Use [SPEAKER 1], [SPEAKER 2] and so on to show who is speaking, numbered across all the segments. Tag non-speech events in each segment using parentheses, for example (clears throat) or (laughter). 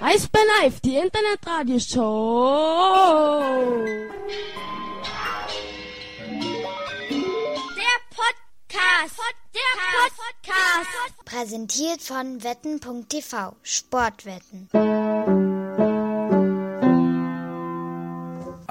[SPEAKER 1] Eisbär Live, die Internetradioshow.
[SPEAKER 2] Der Podcast. Der Podcast.
[SPEAKER 3] Präsentiert von wetten.tv Sportwetten.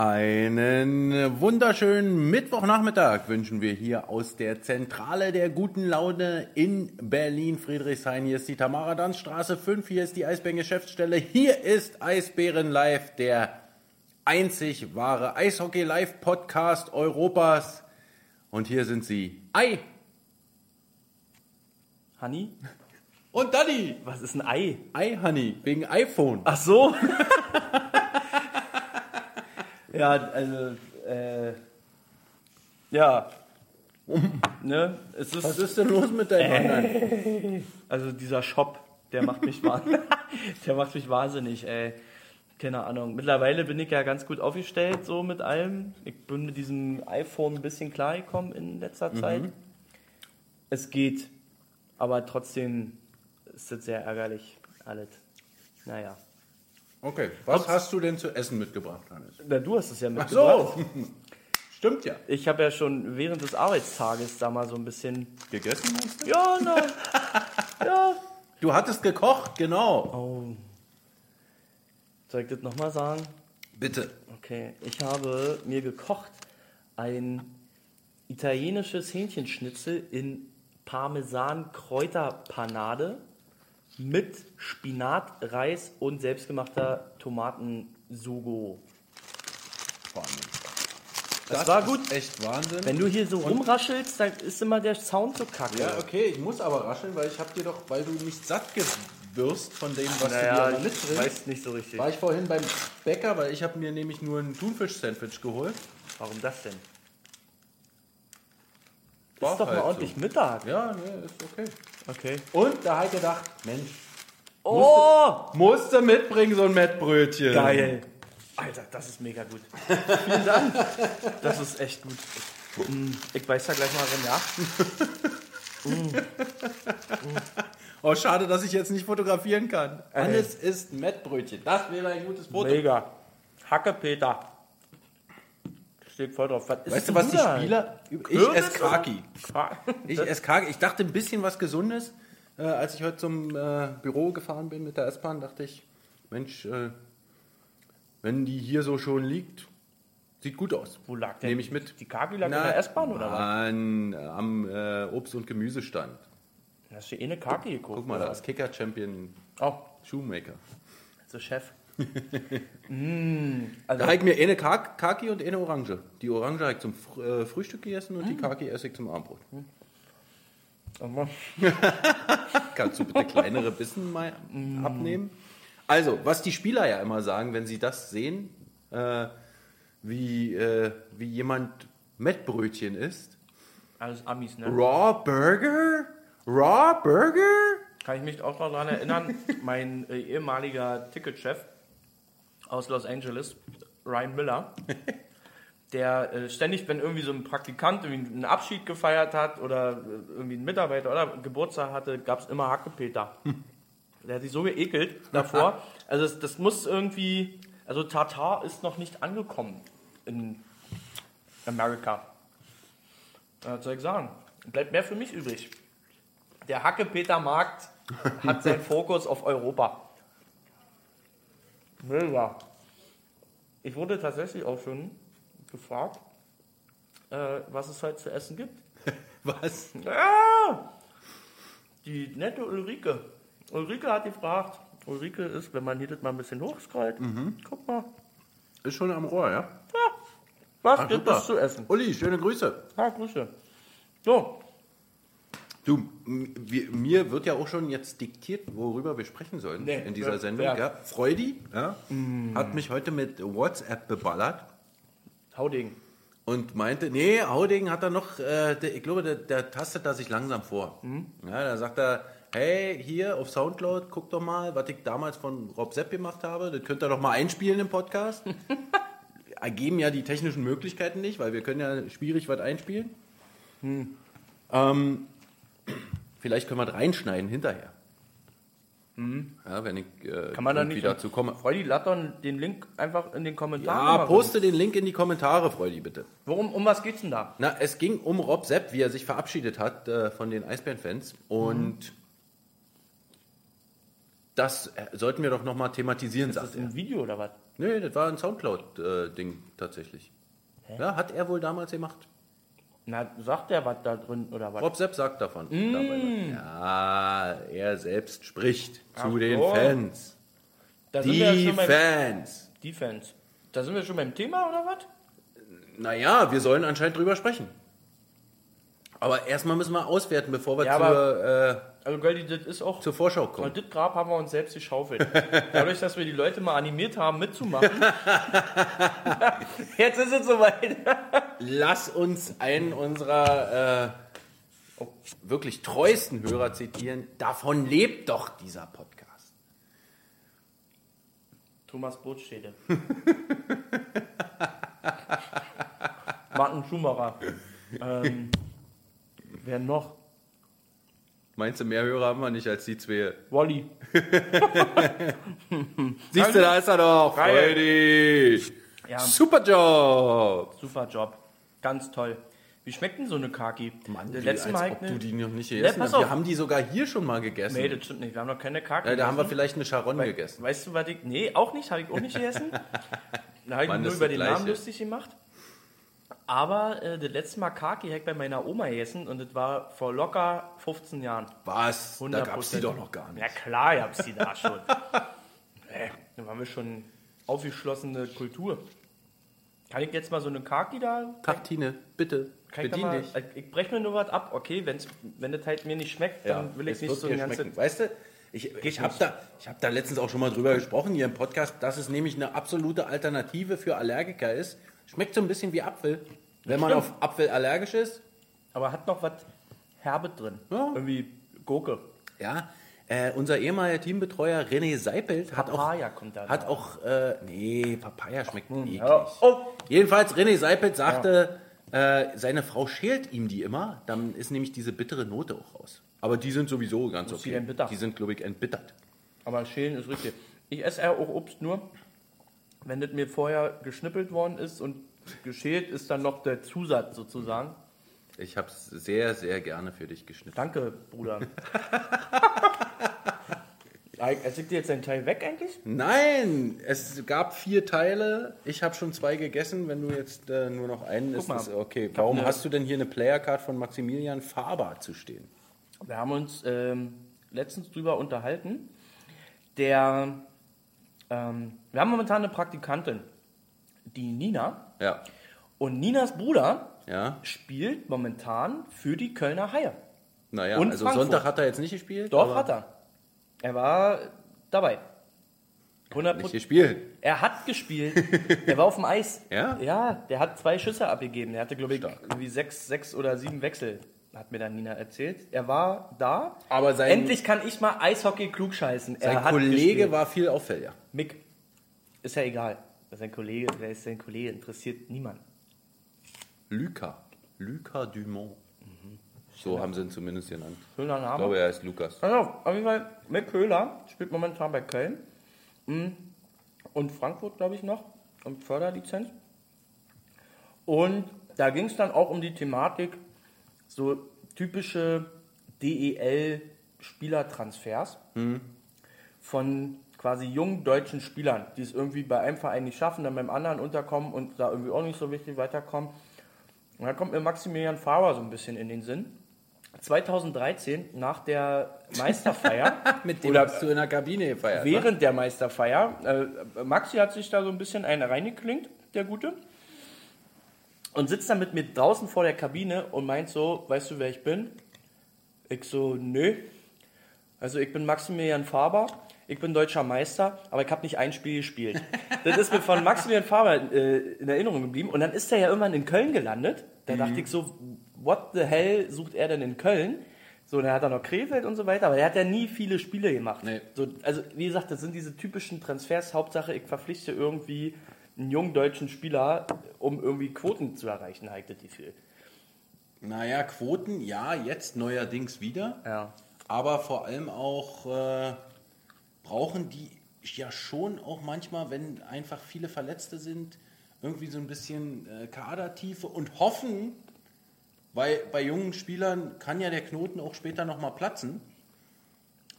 [SPEAKER 4] Einen wunderschönen Mittwochnachmittag wünschen wir hier aus der Zentrale der guten Laune in Berlin. Friedrichshain, hier ist die Tamara Danzstraße 5, hier ist die Eisbären-Geschäftsstelle, hier ist Eisbären Live, der einzig wahre Eishockey-Live-Podcast Europas. Und hier sind sie, Ei
[SPEAKER 5] Honey?
[SPEAKER 4] und Danny.
[SPEAKER 5] Was ist ein Ei?
[SPEAKER 4] Ei, Honey, wegen iPhone.
[SPEAKER 5] Ach so. (laughs) ja, also, äh, ja. Ne? Es
[SPEAKER 4] Was
[SPEAKER 5] ist,
[SPEAKER 4] ist denn los mit deinem anderen?
[SPEAKER 5] also dieser Shop, der macht mich wahnsinnig. (laughs) der macht mich wahnsinnig, ey. Keine Ahnung. Mittlerweile bin ich ja ganz gut aufgestellt, so mit allem. Ich bin mit diesem iPhone ein bisschen klargekommen in letzter Zeit. Es geht. Aber trotzdem ist es sehr ärgerlich, alles. Naja.
[SPEAKER 4] Okay, was hast du denn zu essen mitgebracht, Hannes?
[SPEAKER 5] Na, du hast es ja
[SPEAKER 4] Ach
[SPEAKER 5] mitgebracht.
[SPEAKER 4] so, (laughs) stimmt ja.
[SPEAKER 5] Ich habe ja schon während des Arbeitstages da mal so ein bisschen.
[SPEAKER 4] Gegessen hast
[SPEAKER 5] Ja,
[SPEAKER 4] (laughs)
[SPEAKER 5] na. ja.
[SPEAKER 4] Du hattest gekocht, genau.
[SPEAKER 5] Oh. Soll ich das nochmal sagen?
[SPEAKER 4] Bitte.
[SPEAKER 5] Okay. Ich habe mir gekocht ein italienisches Hähnchenschnitzel in Parmesan-Kräuterpanade mit Spinat, Reis und selbstgemachter Tomatensugo.
[SPEAKER 4] Wahnsinn.
[SPEAKER 5] Das, war
[SPEAKER 4] ist
[SPEAKER 5] gut.
[SPEAKER 4] Echt Wahnsinn.
[SPEAKER 5] Wenn du hier so rumraschelst, dann ist immer der Sound so kacke.
[SPEAKER 4] ja, okay, ich muss aber rascheln, weil ich hab dir doch, weil du nicht satt wirst von dem, was du
[SPEAKER 5] Naja,
[SPEAKER 4] dir immer
[SPEAKER 5] ich
[SPEAKER 4] mitbringst.
[SPEAKER 5] weiß nicht so richtig.
[SPEAKER 4] War ich vorhin beim Bäcker, weil ich habe mir nämlich nur ein Thunfisch-Sandwich geholt.
[SPEAKER 5] Warum das denn?
[SPEAKER 4] War
[SPEAKER 5] ist doch
[SPEAKER 4] halt
[SPEAKER 5] mal ordentlich
[SPEAKER 4] so.
[SPEAKER 5] Mittag.
[SPEAKER 4] Ja, nee, ist okay.
[SPEAKER 5] Okay.
[SPEAKER 4] Und da habe ich gedacht, Mensch,
[SPEAKER 5] Oh!
[SPEAKER 4] musst du mitbringen so ein Mettbrötchen.
[SPEAKER 5] Geil. Alter, das ist mega gut. (laughs) Vielen Dank. Das ist echt gut. Mm, Ich weiß ja gleich mal ran, ja.
[SPEAKER 4] Oh, schade, dass ich jetzt nicht fotografieren kann. Hannes ist ein Mettbrötchen. Das wäre ein gutes Foto.
[SPEAKER 5] Äh. Mega. Hacke Peter. Steht voll drauf. Was ist
[SPEAKER 4] Weißt du,
[SPEAKER 5] denn
[SPEAKER 4] was die
[SPEAKER 5] da?
[SPEAKER 4] Spieler. Ich
[SPEAKER 5] Kürbis
[SPEAKER 4] esse Kaki.
[SPEAKER 5] Fra-
[SPEAKER 4] Ich esse Kaki. Ich dachte ein bisschen was Gesundes. Äh, als ich heute zum äh, Büro gefahren bin mit der S-Bahn, dachte ich, Mensch, äh, wenn die hier so schon liegt, sieht gut aus.
[SPEAKER 5] Wo lag denn?
[SPEAKER 4] Nehme ich mit.
[SPEAKER 5] Die Kaki lag in der S-Bahn oder was?
[SPEAKER 4] Nein, am äh, Obst- und Gemüsestand.
[SPEAKER 5] Da hast du eh eine Kaki geguckt.
[SPEAKER 4] Guck mal, da
[SPEAKER 5] oder
[SPEAKER 4] ist Kicker-Champion
[SPEAKER 5] was? Oh,
[SPEAKER 4] Shoemaker. (laughs)
[SPEAKER 5] so Chef. mm, also,
[SPEAKER 4] Da habe ich mir eine Kak- Kaki und eine Orange. Die Orange habe ich zum Fr äh, Frühstück gegessen und die
[SPEAKER 5] Ah.
[SPEAKER 4] Kaki esse ich zum Abendbrot. Kannst du bitte kleinere Bissen mal
[SPEAKER 5] Mm.
[SPEAKER 4] abnehmen? Also, was die Spieler ja immer sagen, wenn sie das sehen, äh, wie, äh, wie jemand Mettbrötchen isst.
[SPEAKER 5] alles Amis, ne?
[SPEAKER 4] Raw Burger? Raw Burger?
[SPEAKER 5] Kann ich mich auch noch daran erinnern, mein äh, ehemaliger Ticketchef aus Los Angeles, Ryan Miller, der äh, ständig, wenn irgendwie so ein Praktikant irgendwie einen Abschied gefeiert hat oder äh, irgendwie ein Mitarbeiter oder Geburtstag hatte, gab es immer Hackepeter. Der hat sich so geekelt davor. Also das, das muss irgendwie, also Tatar ist noch nicht angekommen in Amerika. Was soll ich sagen? Bleibt mehr für mich übrig. Der Hacke-Peter-Markt hat seinen Fokus auf Europa. Mega. Ich wurde tatsächlich auch schon gefragt, äh, was es heute zu essen gibt.
[SPEAKER 4] Was?
[SPEAKER 5] Ja! Die nette Ulrike. Ulrike hat gefragt. Ulrike ist, wenn man hier das mal ein bisschen hochscrollt,
[SPEAKER 4] Mhm.
[SPEAKER 5] guck mal,
[SPEAKER 4] Ist schon am Rohr, ja?
[SPEAKER 5] was
[SPEAKER 4] Ah,
[SPEAKER 5] gibt
[SPEAKER 4] super.
[SPEAKER 5] es zu essen?
[SPEAKER 4] Uli, schöne Grüße.
[SPEAKER 5] Ja, Grüße. So,
[SPEAKER 4] Du, m- wir, mir wird ja auch schon jetzt diktiert, worüber wir sprechen sollen
[SPEAKER 5] Nee,
[SPEAKER 4] in dieser
[SPEAKER 5] ja,
[SPEAKER 4] Sendung. Ja.
[SPEAKER 5] ja. Mm.
[SPEAKER 4] Freudi ja, hat mich heute mit WhatsApp beballert
[SPEAKER 5] Hauding.
[SPEAKER 4] und meinte, nee, Hauding hat da noch, äh, der, ich glaube, der, der tastet da sich langsam vor.
[SPEAKER 5] Mhm.
[SPEAKER 4] Ja, da sagt er, hey, hier auf Soundcloud, guck doch mal, was ich damals von Rob Sepp gemacht habe, das könnt ihr doch mal einspielen im
[SPEAKER 5] (laughs)
[SPEAKER 4] Podcast. Ergeben ja die technischen Möglichkeiten nicht, weil wir können ja schwierig was einspielen.
[SPEAKER 5] Hm.
[SPEAKER 4] Ähm, vielleicht können wir es reinschneiden hinterher. Ja, wenn ich äh,
[SPEAKER 5] Mhm. Kann man da
[SPEAKER 4] irgendwie
[SPEAKER 5] nicht
[SPEAKER 4] dazu komme.
[SPEAKER 5] Freudi, lad doch den Link einfach in den Kommentaren.
[SPEAKER 4] Ja,
[SPEAKER 5] mal rein.
[SPEAKER 4] poste den Link in die Kommentare, Freudi, bitte.
[SPEAKER 5] Worum, um was geht's denn da?
[SPEAKER 4] Na, es ging um Rob Sepp, wie er sich verabschiedet hat äh, von den Eisbären-Fans. Und das äh, sollten wir doch nochmal thematisieren,
[SPEAKER 5] Ist das
[SPEAKER 4] sagt er.
[SPEAKER 5] ein Video oder was?
[SPEAKER 4] Nee, das war ein Soundcloud-Ding tatsächlich. Ja, hat er wohl damals gemacht.
[SPEAKER 5] Na, sagt der was da drin oder was? Mm.
[SPEAKER 4] Rob Sepp sagt davon. Dabei. Ja, er selbst spricht zu
[SPEAKER 5] Ach
[SPEAKER 4] den
[SPEAKER 5] so.
[SPEAKER 4] Fans.
[SPEAKER 5] Da sind wir ja
[SPEAKER 4] Die
[SPEAKER 5] schon beim
[SPEAKER 4] Fans.
[SPEAKER 5] Defense. Da sind wir schon beim Thema oder was?
[SPEAKER 4] Naja, wir sollen anscheinend drüber sprechen. Aber erstmal müssen wir auswerten, bevor wir
[SPEAKER 5] Ja,
[SPEAKER 4] zur,
[SPEAKER 5] Also, Goldi, das ist auch.
[SPEAKER 4] äh, zur Vorschau kommen.
[SPEAKER 5] Und das Grab haben wir uns selbst geschaufelt. Dadurch, dass wir die Leute mal animiert haben, mitzumachen. Jetzt ist es soweit.
[SPEAKER 4] Lass uns einen unserer äh, wirklich treuesten Hörer zitieren. Davon lebt doch dieser Podcast.
[SPEAKER 5] Thomas Bootstede. Martin Schumacher. Ähm, wer noch?
[SPEAKER 4] Meinst du, mehr Hörer haben wir nicht als die zwei?
[SPEAKER 5] Wally.
[SPEAKER 4] Siehst du, da ist er doch.
[SPEAKER 5] Geil.
[SPEAKER 4] Freddy.
[SPEAKER 5] Ja,
[SPEAKER 4] Super Job.
[SPEAKER 5] super Job. Ganz toll. Wie schmeckt denn so eine Kaki?
[SPEAKER 4] Mann,
[SPEAKER 5] Das
[SPEAKER 4] wie,
[SPEAKER 5] letzte
[SPEAKER 4] als ob
[SPEAKER 5] Mal halt eine-
[SPEAKER 4] du die noch nicht
[SPEAKER 5] Ja,
[SPEAKER 4] gegessen
[SPEAKER 5] pass
[SPEAKER 4] hast. Wir
[SPEAKER 5] auf.
[SPEAKER 4] haben die sogar hier schon mal gegessen.
[SPEAKER 5] Nee, das stimmt nicht. Wir haben noch keine Kaki.
[SPEAKER 4] ja, da haben wir
[SPEAKER 5] gegessen.
[SPEAKER 4] vielleicht eine Charon gegessen.
[SPEAKER 5] Weißt du, was ich. Nee, auch nicht, habe ich auch
[SPEAKER 4] (laughs)
[SPEAKER 5] nicht gegessen. Da habe ich
[SPEAKER 4] Mann,
[SPEAKER 5] mich nur
[SPEAKER 4] das
[SPEAKER 5] über
[SPEAKER 4] ist
[SPEAKER 5] den
[SPEAKER 4] das
[SPEAKER 5] Namen
[SPEAKER 4] Gleiche.
[SPEAKER 5] lustig gemacht. Aber äh, das letzte Mal Kaki habe ich bei meiner Oma gegessen und das war vor locker 15 Jahren.
[SPEAKER 4] Was? Da
[SPEAKER 5] 100%.
[SPEAKER 4] gab es die doch noch gar nicht.
[SPEAKER 5] Na klar, ich habe sie da schon. (laughs) Äh, Dann waren wir schon aufgeschlossene Kultur. Kann ich jetzt mal so eine Kaki da?
[SPEAKER 4] Taktine, bitte.
[SPEAKER 5] Kann ich, da mal, ich- ich breche mir nur was ab. Okay, wenn's, wenn das halt mir nicht schmeckt, dann will ich
[SPEAKER 4] es
[SPEAKER 5] nicht
[SPEAKER 4] wird
[SPEAKER 5] so
[SPEAKER 4] dir
[SPEAKER 5] eine ganze
[SPEAKER 4] schmecken. Weißt du, ich, ich habe da, ich hab da letztens auch schon mal drüber gesprochen hier im Podcast, dass es nämlich eine absolute Alternative für Allergiker ist. Schmeckt so ein bisschen wie Apfel. Wenn man auf Apfel allergisch ist,
[SPEAKER 5] Aber hat noch was Herbe drin.
[SPEAKER 4] Ja.
[SPEAKER 5] Irgendwie Gurke.
[SPEAKER 4] ja. Äh, unser ehemaliger Teambetreuer René Seipelt hat auch,
[SPEAKER 5] Papaya kommt da
[SPEAKER 4] hat
[SPEAKER 5] drauf.
[SPEAKER 4] auch äh, nee, Papaya schmeckt eklig.
[SPEAKER 5] Ja. Oh,
[SPEAKER 4] Jedenfalls, René Seipelt sagte, äh, seine Frau schält ihm die immer, dann ist nämlich diese bittere Note auch raus. Aber die sind sowieso ganz
[SPEAKER 5] Ist die
[SPEAKER 4] okay.
[SPEAKER 5] denn bitter?
[SPEAKER 4] Die sind, glaube ich, entbittert.
[SPEAKER 5] Aber schälen ist richtig. Ich esse ja auch Obst nur, wenn das mir vorher geschnippelt worden ist und geschält ist dann noch der Zusatz sozusagen.
[SPEAKER 4] Ich habe es sehr, sehr gerne für dich geschnitten.
[SPEAKER 5] Danke, Bruder.
[SPEAKER 4] (laughs)
[SPEAKER 5] Eik, Esse ich dir jetzt einen Teil weg eigentlich?
[SPEAKER 4] Nein, es gab vier Teile. Ich habe schon zwei gegessen. Wenn du jetzt äh, nur noch einen isst,
[SPEAKER 5] mal.
[SPEAKER 4] ist okay. Warum
[SPEAKER 5] ne-
[SPEAKER 4] hast du denn hier eine Playercard von Maximilian Faber zu stehen?
[SPEAKER 5] Wir haben uns ähm, letztens drüber unterhalten. Der, ähm, wir haben momentan eine Praktikantin, die Nina.
[SPEAKER 4] Ja.
[SPEAKER 5] Und Ninas Bruder
[SPEAKER 4] Ja,
[SPEAKER 5] spielt momentan für die Kölner Haie.
[SPEAKER 4] naja,
[SPEAKER 5] Und
[SPEAKER 4] also
[SPEAKER 5] Frankfurt.
[SPEAKER 4] Sonntag hat er jetzt nicht gespielt.
[SPEAKER 5] Doch,
[SPEAKER 4] aber
[SPEAKER 5] hat er. Er war dabei. 100
[SPEAKER 4] Nicht gespielt.
[SPEAKER 5] Er hat gespielt. er war auf dem Eis.
[SPEAKER 4] (laughs) Ja?
[SPEAKER 5] Ja, der hat zwei Schüsse abgegeben. Er hatte, glaube ich,
[SPEAKER 4] Stark.
[SPEAKER 5] irgendwie sechs, sechs oder sieben Wechsel, hat mir dann Nina erzählt. Er war da.
[SPEAKER 4] Aber sein-
[SPEAKER 5] Endlich kann ich mal Eishockey klugscheißen. Er
[SPEAKER 4] Sein
[SPEAKER 5] hat
[SPEAKER 4] Kollege
[SPEAKER 5] gespielt.
[SPEAKER 4] war viel auffälliger.
[SPEAKER 5] Mick. Ist ja egal. Sein Kollege, wer ist sein Kollege? Interessiert niemand.
[SPEAKER 4] Luca. Luca Dumont. Mhm. So haben sie ihn zumindest genannt.
[SPEAKER 5] Schöner
[SPEAKER 4] Ich
[SPEAKER 5] Name.
[SPEAKER 4] glaube, er ist Lukas.
[SPEAKER 5] Also, auf jeden Fall, Mick Höhler spielt momentan bei Köln. Mm. Und Frankfurt, glaube ich, noch. Und Förderlizenz. Und da ging es dann auch um die Thematik, so typische E DEL-Spielertransfers von quasi jungen deutschen Spielern, die es irgendwie bei einem Verein nicht schaffen, dann beim anderen unterkommen und da irgendwie auch nicht so richtig weiterkommen. Und da kommt mir Maximilian Faber so ein bisschen in den Sinn. 2013, nach der Meisterfeier,
[SPEAKER 4] Mit dem
[SPEAKER 5] Oder-
[SPEAKER 4] hast du in der Kabine gefeiert. ne?
[SPEAKER 5] (laughs) während der Meisterfeier. Äh, Maxi hat sich da so ein bisschen einen reingeklinkt, der Gute. Und sitzt dann mit mir draußen vor der Kabine und meint so, weißt du, wer ich bin? Ich so, nö. Also ich bin Maximilian Faber, ich bin deutscher Meister, aber ich habe nicht ein Spiel gespielt. Das ist mir von Maximilian Faber äh, in Erinnerung geblieben. Und dann ist er ja irgendwann in Köln gelandet. Da dachte ich so, what the hell sucht er denn in Köln? So, und dann hat er noch Krefeld und so weiter, aber er hat ja nie viele Spiele gemacht.
[SPEAKER 4] Nee.
[SPEAKER 5] So, also wie gesagt, das sind diese typischen Transfers. Hauptsache, ich verpflichte irgendwie einen jungen deutschen Spieler, um irgendwie Quoten zu erreichen, halt das Gefühl.
[SPEAKER 4] Naja, Quoten, ja, jetzt neuerdings wieder.
[SPEAKER 5] Ja.
[SPEAKER 4] Aber vor allem auch äh, brauchen die ja schon auch manchmal, wenn einfach viele Verletzte sind, irgendwie so ein bisschen äh, Kadertiefe und hoffen, weil bei jungen Spielern kann ja der Knoten auch später nochmal platzen,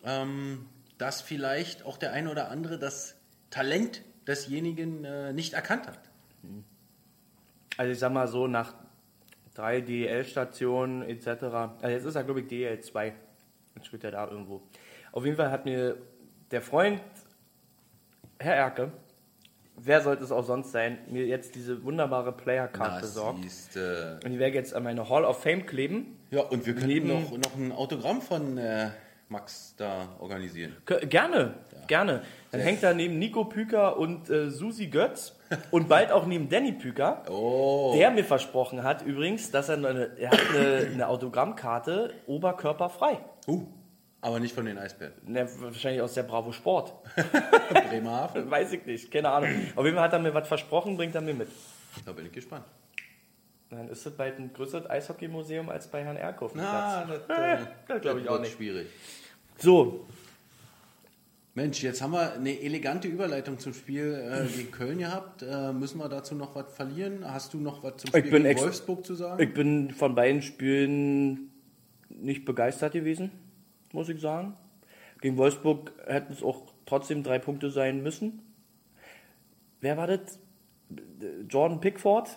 [SPEAKER 4] ähm, dass vielleicht auch der eine oder andere das Talent desjenigen äh, nicht erkannt hat.
[SPEAKER 5] Also ich sag mal so, nach drei DEL-Stationen etc. Also jetzt ist er, glaube ich, DEL 2. Jetzt spielt er da irgendwo. Auf jeden Fall hat mir der Freund, Herr Erke, wer sollte es auch sonst sein, mir jetzt diese wunderbare Player-Card besorgt.
[SPEAKER 4] siehste.
[SPEAKER 5] Und die werde ich jetzt an meine Hall of Fame kleben.
[SPEAKER 4] Ja, und wir könnten
[SPEAKER 5] Neben-
[SPEAKER 4] noch, noch ein Autogramm von äh, Max da organisieren.
[SPEAKER 5] K- Gerne, gerne.
[SPEAKER 4] Äh.
[SPEAKER 5] Dann hängt da neben Nico Püker und äh, Susi Götz und bald auch neben Danny Püker,
[SPEAKER 4] Oh.
[SPEAKER 5] der mir versprochen hat übrigens, dass er noch eine, er hat eine, eine Autogrammkarte oberkörperfrei.
[SPEAKER 4] Uh, aber nicht von den
[SPEAKER 5] (laughs)
[SPEAKER 4] Eisbären.
[SPEAKER 5] Na, Ne, wahrscheinlich aus der Bravo Sport. (laughs)
[SPEAKER 4] Bremerhaven,
[SPEAKER 5] Weiß ich nicht, keine Ahnung. Auf jeden Fall hat er mir was versprochen, bringt er mir mit.
[SPEAKER 4] da bin ich gespannt.
[SPEAKER 5] Dann ist es bald ein größeres Eishockeymuseum als bei Herrn Erkow.
[SPEAKER 4] Na,
[SPEAKER 5] (laughs)
[SPEAKER 4] das, (laughs) äh,
[SPEAKER 5] das glaub ich
[SPEAKER 4] wird
[SPEAKER 5] auch nicht.
[SPEAKER 4] schwierig.
[SPEAKER 5] So,
[SPEAKER 4] Mensch, jetzt haben wir eine elegante Überleitung zum Spiel äh, gegen Köln gehabt. Äh, müssen wir dazu noch was verlieren? Hast du noch was zum Spiel
[SPEAKER 5] bin
[SPEAKER 4] gegen
[SPEAKER 5] ex-
[SPEAKER 4] Wolfsburg zu sagen?
[SPEAKER 5] ich bin von beiden Spielen nicht begeistert gewesen, muss ich sagen. Gegen Wolfsburg hätten es auch trotzdem drei Punkte sein müssen. Wer war das? Jordan Pickford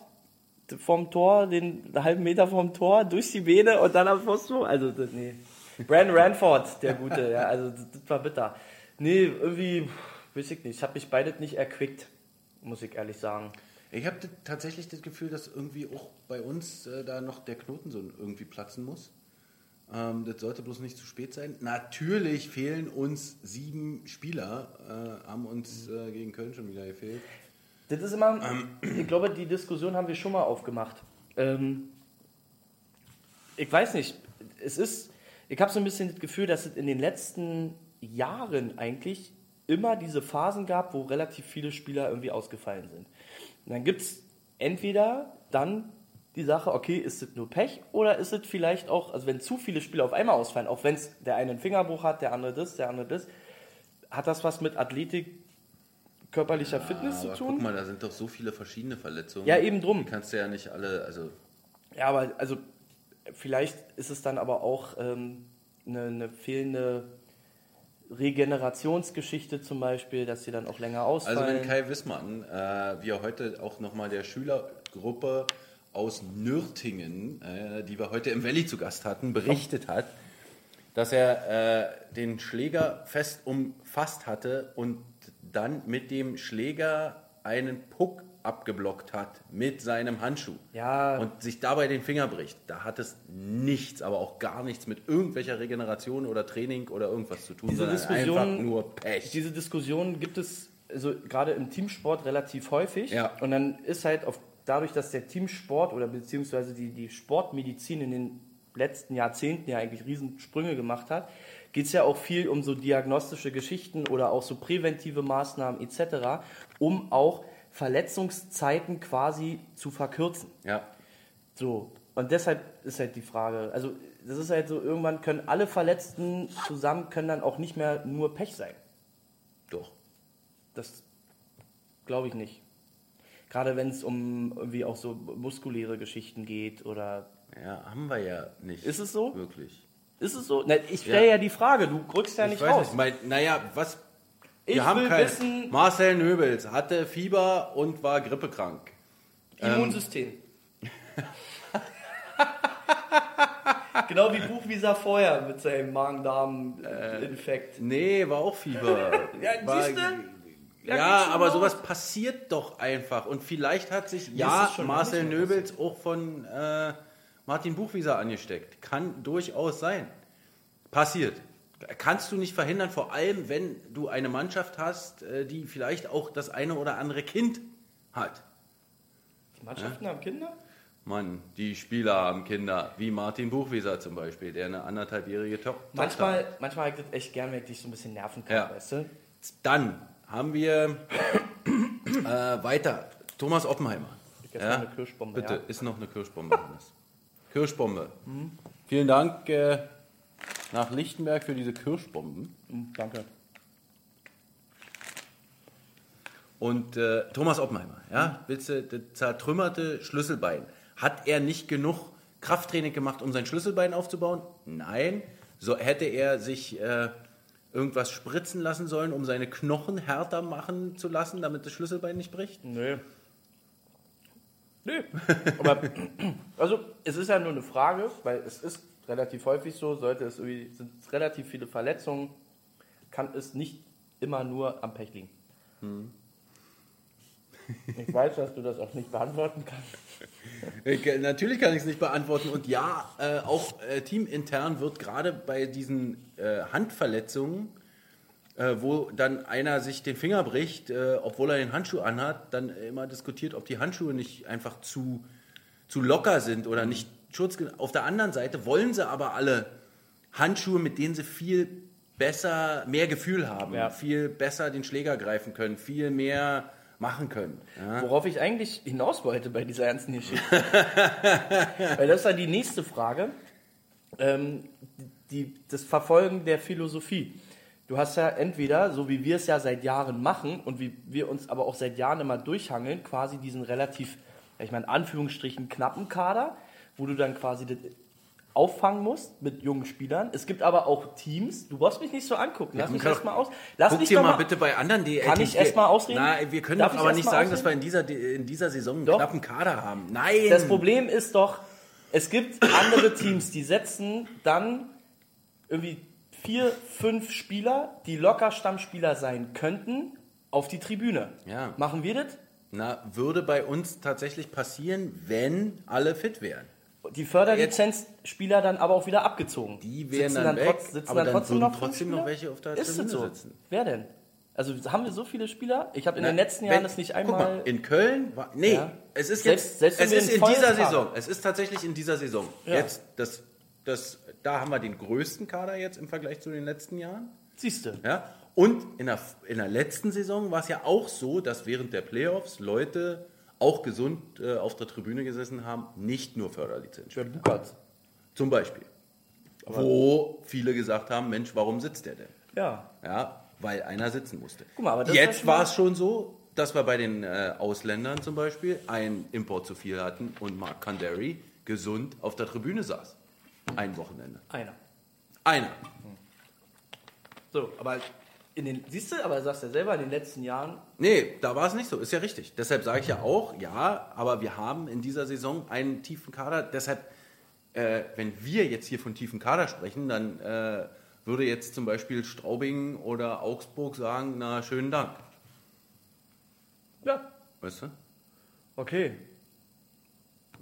[SPEAKER 5] vom Tor, den halben Meter vom Tor, durch die Beine und dann am Pfosten. Also, das, nee. Brandon Ranford, der Gute, ja, also das, das war bitter. Nee, irgendwie, pff, weiß ich nicht, hat mich beides nicht erquickt, muss ich ehrlich sagen.
[SPEAKER 4] Ich habe tatsächlich das Gefühl, dass irgendwie auch bei uns äh, da noch der Knoten so irgendwie platzen muss. Ähm, das sollte bloß nicht zu spät sein. Natürlich fehlen uns sieben Spieler, äh, haben uns
[SPEAKER 5] Mhm.
[SPEAKER 4] äh, gegen Köln schon wieder gefehlt.
[SPEAKER 5] Das ist immer,
[SPEAKER 4] Ähm.
[SPEAKER 5] ich glaube, die Diskussion haben wir schon mal aufgemacht. Ähm, ich weiß nicht, es ist, ich habe so ein bisschen das Gefühl, dass es in den letzten Jahren eigentlich immer diese Phasen gab, wo relativ viele Spieler irgendwie ausgefallen sind. Und dann gibt es entweder dann die Sache, okay, ist es nur Pech oder ist es vielleicht auch, also wenn zu viele Spieler auf einmal ausfallen, auch wenn es der eine einen Fingerbruch hat, der andere das, der andere das, hat das was mit Athletik, körperlicher Fitness zu
[SPEAKER 4] Ah, Aber
[SPEAKER 5] tun?
[SPEAKER 4] guck mal, da sind doch so viele verschiedene Verletzungen.
[SPEAKER 5] Ja, eben drum.
[SPEAKER 4] Die kannst du ja nicht alle, also
[SPEAKER 5] Ja, aber also vielleicht ist es dann aber auch ähm, eine, eine fehlende Regenerationsgeschichte zum Beispiel, dass sie dann auch länger ausfallen.
[SPEAKER 4] Also wenn Kai Wissmann, äh, wie er heute auch nochmal der Schülergruppe aus Nürtingen, äh, die wir heute im Valley zu Gast hatten, berichtet hat, dass er äh, den Schläger fest umfasst hatte und dann mit dem Schläger einen Puck abgeblockt hat mit seinem Handschuh
[SPEAKER 5] Ja.
[SPEAKER 4] und sich dabei den Finger bricht. Da hat es nichts, aber auch gar nichts mit irgendwelcher Regeneration oder Training oder irgendwas zu tun,
[SPEAKER 5] Diese
[SPEAKER 4] sondern
[SPEAKER 5] Diskussion-
[SPEAKER 4] einfach nur Pech.
[SPEAKER 5] Diese Diskussion gibt es also gerade im Teamsport relativ häufig.
[SPEAKER 4] Ja.
[SPEAKER 5] Und dann ist halt auf, dadurch, dass der Teamsport oder beziehungsweise die, die Sportmedizin in den letzten Jahrzehnten ja eigentlich Riesensprünge gemacht hat, geht es ja auch viel um so diagnostische Geschichten oder auch so präventive Maßnahmen etc., um auch Verletzungszeiten quasi zu verkürzen.
[SPEAKER 4] ja.
[SPEAKER 5] So, und deshalb ist halt die Frage, also das ist halt so, irgendwann können alle Verletzten zusammen, können dann auch nicht mehr nur Pech sein.
[SPEAKER 4] Doch.
[SPEAKER 5] Das glaube ich nicht. Gerade wenn es um irgendwie auch so muskuläre Geschichten geht oder.
[SPEAKER 4] Ja, haben wir ja nicht.
[SPEAKER 5] Ist es so?
[SPEAKER 4] Wirklich.
[SPEAKER 5] Ist es so? Na, ich stelle ja. die Frage, du rückst ja nicht raus.
[SPEAKER 4] Mein, naja, was.
[SPEAKER 5] Ich
[SPEAKER 4] wir haben
[SPEAKER 5] will
[SPEAKER 4] kein,
[SPEAKER 5] wissen,
[SPEAKER 4] Marcel Nöbels hatte Fieber und war grippekrank.
[SPEAKER 5] ähm, Immunsystem. (laughs) genau wie Buchwieser vorher mit seinem Magen-Darm-Infekt.
[SPEAKER 4] Nee, war auch Fieber.
[SPEAKER 5] (laughs) Ja,
[SPEAKER 4] war,
[SPEAKER 5] siehste?
[SPEAKER 4] Ja,
[SPEAKER 5] geht's schon
[SPEAKER 4] aber
[SPEAKER 5] los.
[SPEAKER 4] sowas passiert doch einfach. Und vielleicht hat sich
[SPEAKER 5] ist
[SPEAKER 4] ja
[SPEAKER 5] es schon lange
[SPEAKER 4] Marcel
[SPEAKER 5] nicht mehr
[SPEAKER 4] Nöbels auch von äh, Martin Buchwieser angesteckt. Kann durchaus sein. Passiert. Kannst du nicht verhindern, vor allem wenn du eine Mannschaft hast, äh, die vielleicht auch das eine oder andere Kind hat.
[SPEAKER 5] Die Mannschaften haben Kinder?
[SPEAKER 4] Mann, die Spieler haben Kinder, wie Martin Buchwieser zum Beispiel, der eine anderthalbjährige To- Tochter hat.
[SPEAKER 5] Manchmal, manchmal habe ich das echt gern, wenn ich dich so ein bisschen nerven kann,
[SPEAKER 4] Ja.
[SPEAKER 5] weißt du?
[SPEAKER 4] Dann haben wir äh, weiter. Thomas Oppenheimer.
[SPEAKER 5] Ich esse noch eine Kirschbombe,
[SPEAKER 4] Bitte,
[SPEAKER 5] ja. Mhm.
[SPEAKER 4] ist noch eine Kirschbombe, Hannes. Kirschbombe. Vielen Dank äh, nach Lichtenberg für diese Kirschbomben.
[SPEAKER 5] Hm, Danke.
[SPEAKER 4] Und äh, Thomas Oppenheimer, ja, willst du, das zertrümmerte Schlüsselbein. Hat er nicht genug Krafttraining gemacht, um sein Schlüsselbein aufzubauen? Nein. So hätte er sich äh, irgendwas spritzen lassen sollen, um seine Knochen härter machen zu lassen, damit das Schlüsselbein nicht bricht?
[SPEAKER 5] Nö. Nö. (laughs) Aber, also, es ist ja nur eine Frage, weil es ist relativ häufig so, sollte es irgendwie, sind relativ viele Verletzungen, kann es nicht immer nur am Pech liegen. Ich weiß, dass du das auch nicht beantworten kannst.
[SPEAKER 4] Äh, Natürlich kann ich es nicht beantworten. Und ja, äh, auch äh, teamintern wird gerade bei diesen äh, Handverletzungen, äh, wo dann einer sich den Finger bricht, äh, obwohl er den Handschuh anhat, dann immer diskutiert, ob die Handschuhe nicht einfach zu, zu locker sind oder nicht Schutz. Auf der anderen Seite wollen sie aber alle Handschuhe, mit denen sie viel besser, mehr Gefühl haben,
[SPEAKER 5] Ja.
[SPEAKER 4] viel besser den Schläger greifen können, viel mehr machen können. Ja?
[SPEAKER 5] Worauf ich eigentlich hinaus wollte bei dieser
[SPEAKER 4] (laughs)
[SPEAKER 5] ganzen Geschichte. Weil das ist dann die nächste Frage. Ähm, die, das Verfolgen der Philosophie. Du hast ja entweder, so wie wir es ja seit Jahren machen und wie wir uns aber auch seit Jahren immer durchhangeln, quasi diesen relativ, ja, ich meine, in Anführungsstrichen knappen Kader, wo du dann quasi das auffangen musst mit jungen Spielern. Es gibt aber auch Teams. Du brauchst mich nicht so angucken. Lass
[SPEAKER 4] man
[SPEAKER 5] mich
[SPEAKER 4] kann
[SPEAKER 5] erst
[SPEAKER 4] doch-
[SPEAKER 5] mal aus. Lass
[SPEAKER 4] Guck
[SPEAKER 5] mich
[SPEAKER 4] dir
[SPEAKER 5] doch
[SPEAKER 4] mal bitte bei anderen DL.
[SPEAKER 5] Kann ich erst mal ausreden?
[SPEAKER 4] Nein, wir können
[SPEAKER 5] Darf
[SPEAKER 4] doch
[SPEAKER 5] ich
[SPEAKER 4] aber
[SPEAKER 5] erst
[SPEAKER 4] nicht
[SPEAKER 5] mal
[SPEAKER 4] sagen, dass
[SPEAKER 5] ausreden?
[SPEAKER 4] wir in dieser, in dieser Saison einen
[SPEAKER 5] Doch.
[SPEAKER 4] knappen Kader haben. Nein!
[SPEAKER 5] Das Problem ist doch, es gibt andere Teams, die setzen dann irgendwie vier, fünf Spieler, die locker Stammspieler sein könnten, auf die Tribüne.
[SPEAKER 4] Ja.
[SPEAKER 5] Machen wir das?
[SPEAKER 4] Na, würde bei uns tatsächlich passieren, wenn alle fit wären.
[SPEAKER 5] Die Förderlizenzspieler dann aber auch wieder abgezogen.
[SPEAKER 4] Die wären
[SPEAKER 5] Sitzen
[SPEAKER 4] dann weg,
[SPEAKER 5] trotz- sitzen
[SPEAKER 4] aber dann
[SPEAKER 5] dann trotzdem
[SPEAKER 4] würden
[SPEAKER 5] noch, fünf
[SPEAKER 4] trotzdem noch
[SPEAKER 5] Spieler?
[SPEAKER 4] welche auf der
[SPEAKER 5] ist
[SPEAKER 4] Tribüne
[SPEAKER 5] es so?
[SPEAKER 4] sitzen.
[SPEAKER 5] Wer denn? Also haben wir so viele Spieler? Ich habe in den
[SPEAKER 4] Na,
[SPEAKER 5] letzten Jahren
[SPEAKER 4] wenn-
[SPEAKER 5] das nicht
[SPEAKER 4] Guck
[SPEAKER 5] einmal.
[SPEAKER 4] mal, in Köln war. Nee,
[SPEAKER 5] Ja.
[SPEAKER 4] es ist
[SPEAKER 5] Selbst-
[SPEAKER 4] jetzt.
[SPEAKER 5] selbst wenn
[SPEAKER 4] es
[SPEAKER 5] wir
[SPEAKER 4] ist
[SPEAKER 5] einen
[SPEAKER 4] in
[SPEAKER 5] vollen
[SPEAKER 4] dieser
[SPEAKER 5] Kader-
[SPEAKER 4] Saison. Es ist tatsächlich in dieser Saison.
[SPEAKER 5] Ja.
[SPEAKER 4] Jetzt, das, das, da haben wir den größten Kader jetzt im Vergleich zu den letzten Jahren.
[SPEAKER 5] Siehst du.
[SPEAKER 4] Ja? Und in der, in der letzten Saison war es ja auch so, dass während der Playoffs Leute auch gesund äh, auf der Tribüne gesessen haben, nicht nur Förderlizenz.
[SPEAKER 5] Jordan Lukas.
[SPEAKER 4] Zum Beispiel. Wo viele gesagt haben, Mensch, warum sitzt der denn?
[SPEAKER 5] Ja.
[SPEAKER 4] Ja, weil einer sitzen musste.
[SPEAKER 5] Guck mal, aber das war
[SPEAKER 4] Jetzt
[SPEAKER 5] schon
[SPEAKER 4] war es schon so, dass wir bei den äh, Ausländern zum Beispiel einen Import zu viel hatten und Mark Kanderi gesund auf der Tribüne saß. Ein Wochenende.
[SPEAKER 5] Einer.
[SPEAKER 4] Einer.
[SPEAKER 5] So, aber in den, siehst du, aber sagst ja selber, in den letzten Jahren
[SPEAKER 4] Nee, da war es nicht so. Ist ja richtig. Deshalb sage ich ja auch, ja, aber wir haben in dieser Saison einen tiefen Kader. Deshalb, äh, wenn wir jetzt hier von tiefen Kader sprechen, dann äh, würde jetzt zum Beispiel Straubing oder Augsburg sagen, na, schönen Dank.
[SPEAKER 5] Ja,
[SPEAKER 4] Weißt du?
[SPEAKER 5] okay.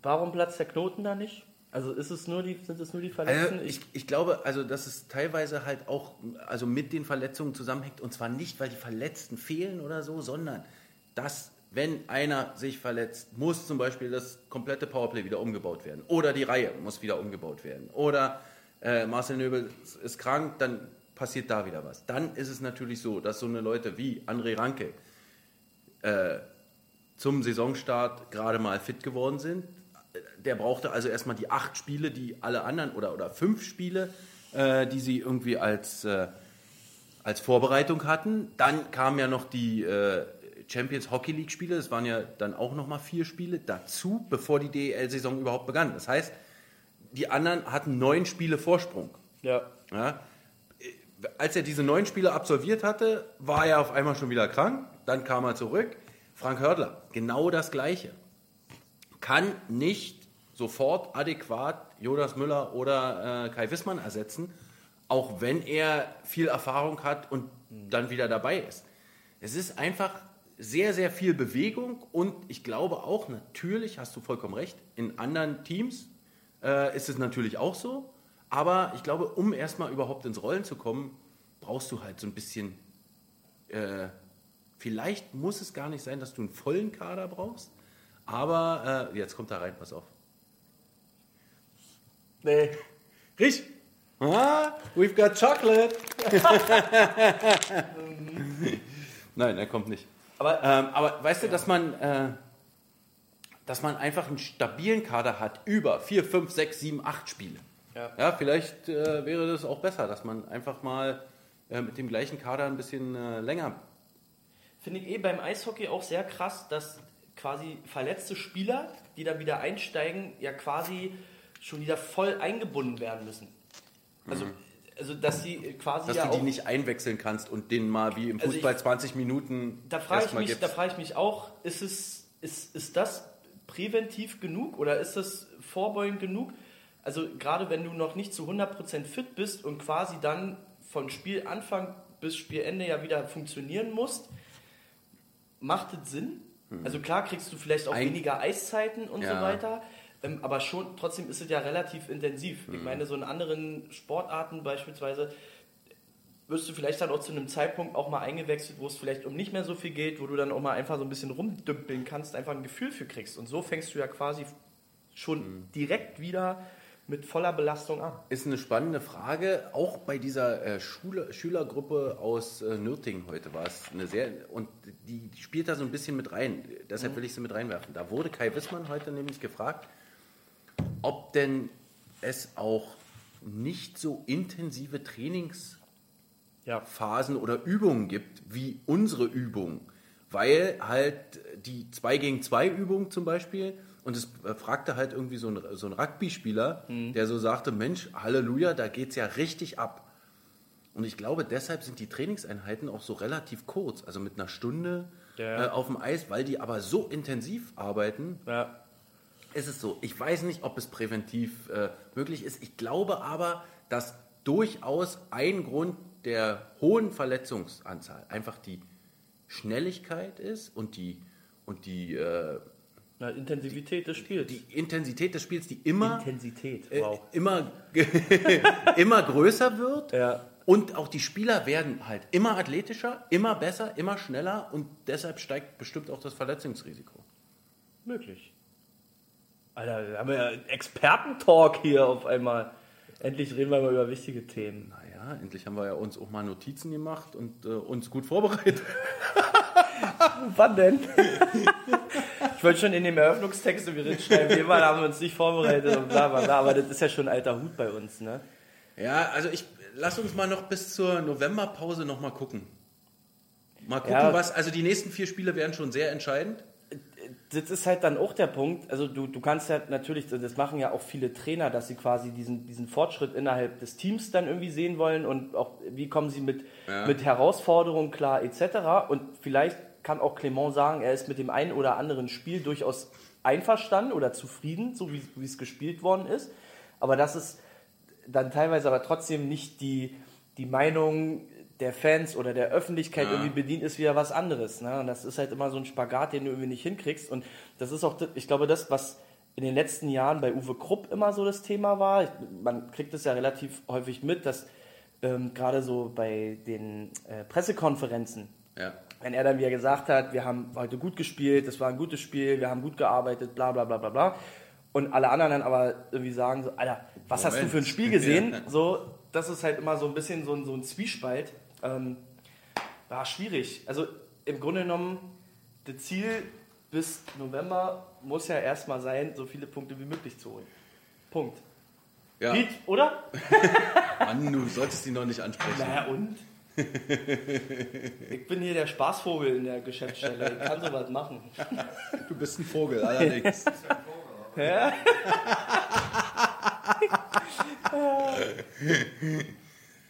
[SPEAKER 5] Warum platzt der Knoten da nicht? Also ist es nur die, sind es nur die Verletzten?
[SPEAKER 4] Also ich, ich glaube, also dass es teilweise halt auch also mit den Verletzungen zusammenhängt und zwar nicht, weil die Verletzten fehlen oder so, sondern dass wenn einer sich verletzt, muss zum Beispiel das komplette Powerplay wieder umgebaut werden oder die Reihe muss wieder umgebaut werden oder äh, Marcel Nöbel ist- ist krank, dann passiert da wieder was. Dann ist es natürlich so, dass so eine Leute wie André Ranke zum Saisonstart gerade mal fit geworden sind. Der brauchte also erstmal die acht Spiele, die alle anderen oder, oder fünf Spiele, äh, die sie irgendwie als, äh, als Vorbereitung hatten. Dann kamen ja noch die äh, Champions Hockey League Spiele, das waren ja dann auch nochmal vier Spiele dazu, bevor die DEL-Saison überhaupt begann. Das heißt, die anderen hatten neun Spiele Vorsprung.
[SPEAKER 5] ja.
[SPEAKER 4] Ja. Äh, Als er diese neun Spiele absolviert hatte, war er auf einmal schon wieder krank. Dann kam er zurück. Frank Hördler, genau das Gleiche. Kann nicht sofort adäquat Jonas Müller oder äh, Kai Wissmann ersetzen, auch wenn er viel Erfahrung hat und dann wieder dabei ist. Es ist einfach sehr, sehr viel Bewegung und ich glaube auch, natürlich hast du vollkommen recht, in anderen Teams äh, ist es natürlich auch so. Aber ich glaube, um erstmal überhaupt ins Rollen zu kommen, brauchst du halt so ein bisschen. Äh, vielleicht muss es gar nicht sein, dass du einen vollen Kader brauchst. Aber äh, jetzt kommt da rein, pass auf.
[SPEAKER 5] Nee.
[SPEAKER 4] Riech! Ah, we've got chocolate! (laughs) Nein, er kommt nicht.
[SPEAKER 5] Aber-
[SPEAKER 4] ähm, aber weißt du, dass man, äh, dass man einfach einen stabilen Kader hat über 4, 5, 6, 7, 8 Spiele.
[SPEAKER 5] Ja.
[SPEAKER 4] vielleicht äh, wäre das auch besser, dass man einfach mal äh, mit dem gleichen Kader ein bisschen äh, länger
[SPEAKER 5] finde ich eh beim Eishockey auch sehr krass, dass quasi verletzte Spieler, die da wieder einsteigen, ja quasi schon wieder voll eingebunden werden müssen. Also, also dass sie quasi
[SPEAKER 4] Mhm. Dass
[SPEAKER 5] ja
[SPEAKER 4] du
[SPEAKER 5] auch
[SPEAKER 4] die nicht einwechseln kannst und den mal wie im
[SPEAKER 5] Also
[SPEAKER 4] Fußball
[SPEAKER 5] ich-
[SPEAKER 4] 20 Minuten
[SPEAKER 5] da frage ich,
[SPEAKER 4] erstmal
[SPEAKER 5] mich, da
[SPEAKER 4] gibst.
[SPEAKER 5] frage ich mich auch, ist, es, ist, ist das präventiv genug oder ist das vorbeugend genug? Also gerade wenn du noch nicht zu 100% fit bist und quasi dann von Spielanfang bis Spielende ja wieder funktionieren musst, macht es Sinn? Also klar kriegst du vielleicht auch
[SPEAKER 4] Hm. Ein-
[SPEAKER 5] weniger Eiszeiten und
[SPEAKER 4] Ja.
[SPEAKER 5] so weiter, ähm, aber schon, trotzdem ist es ja relativ intensiv.
[SPEAKER 4] Mhm.
[SPEAKER 5] Ich meine, so in anderen Sportarten beispielsweise wirst du vielleicht dann auch zu einem Zeitpunkt auch mal eingewechselt, wo es vielleicht um nicht mehr so viel geht, wo du dann auch mal einfach so ein bisschen rumdümpeln kannst, einfach ein Gefühl für kriegst. Und so fängst du ja quasi schon
[SPEAKER 4] Mhm.
[SPEAKER 5] direkt wieder mit voller Belastung an.
[SPEAKER 4] Ist eine spannende Frage. Auch bei dieser äh, Schule, Schülergruppe aus äh, Nürtingen heute war es eine sehr. Und die spielt da so ein bisschen mit rein. Deshalb will ich sie mit reinwerfen. Da wurde Kai Wissmann heute nämlich gefragt, ob denn es auch nicht so intensive Trainings
[SPEAKER 5] Ja.
[SPEAKER 4] Phasen oder Übungen gibt, wie unsere Übung. Weil halt die 2 gegen 2 Übung zum Beispiel, und es fragte halt irgendwie so ein, so ein Rugby-Spieler, der so sagte, Mensch, Halleluja, da geht's ja richtig ab. Und ich glaube, deshalb sind die Trainingseinheiten auch so relativ kurz, also mit einer Stunde
[SPEAKER 5] Ja.
[SPEAKER 4] äh, auf dem Eis, weil die aber so intensiv arbeiten,
[SPEAKER 5] ja.
[SPEAKER 4] es ist so. Ich weiß nicht, ob es präventiv äh, möglich ist. Ich glaube aber, dass durchaus ein Grund der hohen Verletzungsanzahl einfach die Schnelligkeit ist und die, und die, äh,
[SPEAKER 5] Na, Intensivität des Spiels.
[SPEAKER 4] die Intensität des Spiels, die immer,
[SPEAKER 5] Intensität,
[SPEAKER 4] äh, immer, (laughs) immer größer wird.
[SPEAKER 5] Ja.
[SPEAKER 4] Und auch die Spieler werden halt immer athletischer, immer besser, immer schneller und deshalb steigt bestimmt auch das Verletzungsrisiko.
[SPEAKER 5] Möglich. Alter, wir haben ja einen Expertentalk hier auf einmal. Endlich reden wir mal über wichtige Themen.
[SPEAKER 4] Naja, endlich haben wir Ah ja uns auch mal Notizen gemacht und äh, uns gut vorbereitet.
[SPEAKER 5] Wann denn? ich wollte schon in dem Eröffnungstext, den wir drin schreiben, wir waren, haben wir uns nicht vorbereitet und bla bla bla, aber das ist ja schon ein alter Hut bei uns, ne?
[SPEAKER 4] Ja, also ich lass uns mal noch bis zur Novemberpause noch mal gucken. Mal gucken,
[SPEAKER 5] Ja.
[SPEAKER 4] was. Also die nächsten vier Spiele werden schon sehr entscheidend.
[SPEAKER 5] das ist halt dann auch der Punkt, also du, du kannst ja natürlich, also das machen ja auch viele Trainer, dass sie quasi diesen, diesen Fortschritt innerhalb des Teams dann irgendwie sehen wollen und auch wie kommen sie mit, mit Herausforderungen klar etc. Und vielleicht kann auch Clement sagen, er ist mit dem einen oder anderen Spiel durchaus einverstanden oder zufrieden, so wie wie es gespielt worden ist. Aber das ist dann teilweise aber trotzdem nicht die, die Meinung der Fans oder der Öffentlichkeit irgendwie bedient, ist wieder was anderes. Ne? Und das ist halt immer so ein Spagat, den du irgendwie nicht hinkriegst. Und das ist auch, das- ich glaube, das, was in den letzten Jahren bei Uwe Krupp immer so das Thema war, ich, man kriegt es ja relativ häufig mit, dass ähm, gerade so bei den äh, Pressekonferenzen
[SPEAKER 4] Ja.
[SPEAKER 5] wenn er dann wieder gesagt hat, wir haben heute gut gespielt, das war ein gutes Spiel, wir haben gut gearbeitet, bla bla bla bla bla. Und alle anderen dann aber irgendwie sagen so, Alter, was hast du
[SPEAKER 4] Moment.
[SPEAKER 5] für
[SPEAKER 4] (laughs)
[SPEAKER 5] ein Spiel gesehen? So, das ist halt immer so ein bisschen so ein, so ein Zwiespalt. Ähm, war schwierig. Also im Grunde genommen, das Ziel bis November muss ja erstmal sein, so viele Punkte wie möglich zu holen. Punkt.
[SPEAKER 4] Ja.
[SPEAKER 5] Piet, oder?
[SPEAKER 4] Mann, du solltest die noch nicht ansprechen.
[SPEAKER 5] Naja, und? ich bin hier der Spaßvogel in der Geschäftsstelle. Ich kann sowas machen.
[SPEAKER 4] Du bist ein Vogel,
[SPEAKER 5] (laughs)
[SPEAKER 4] allerdings.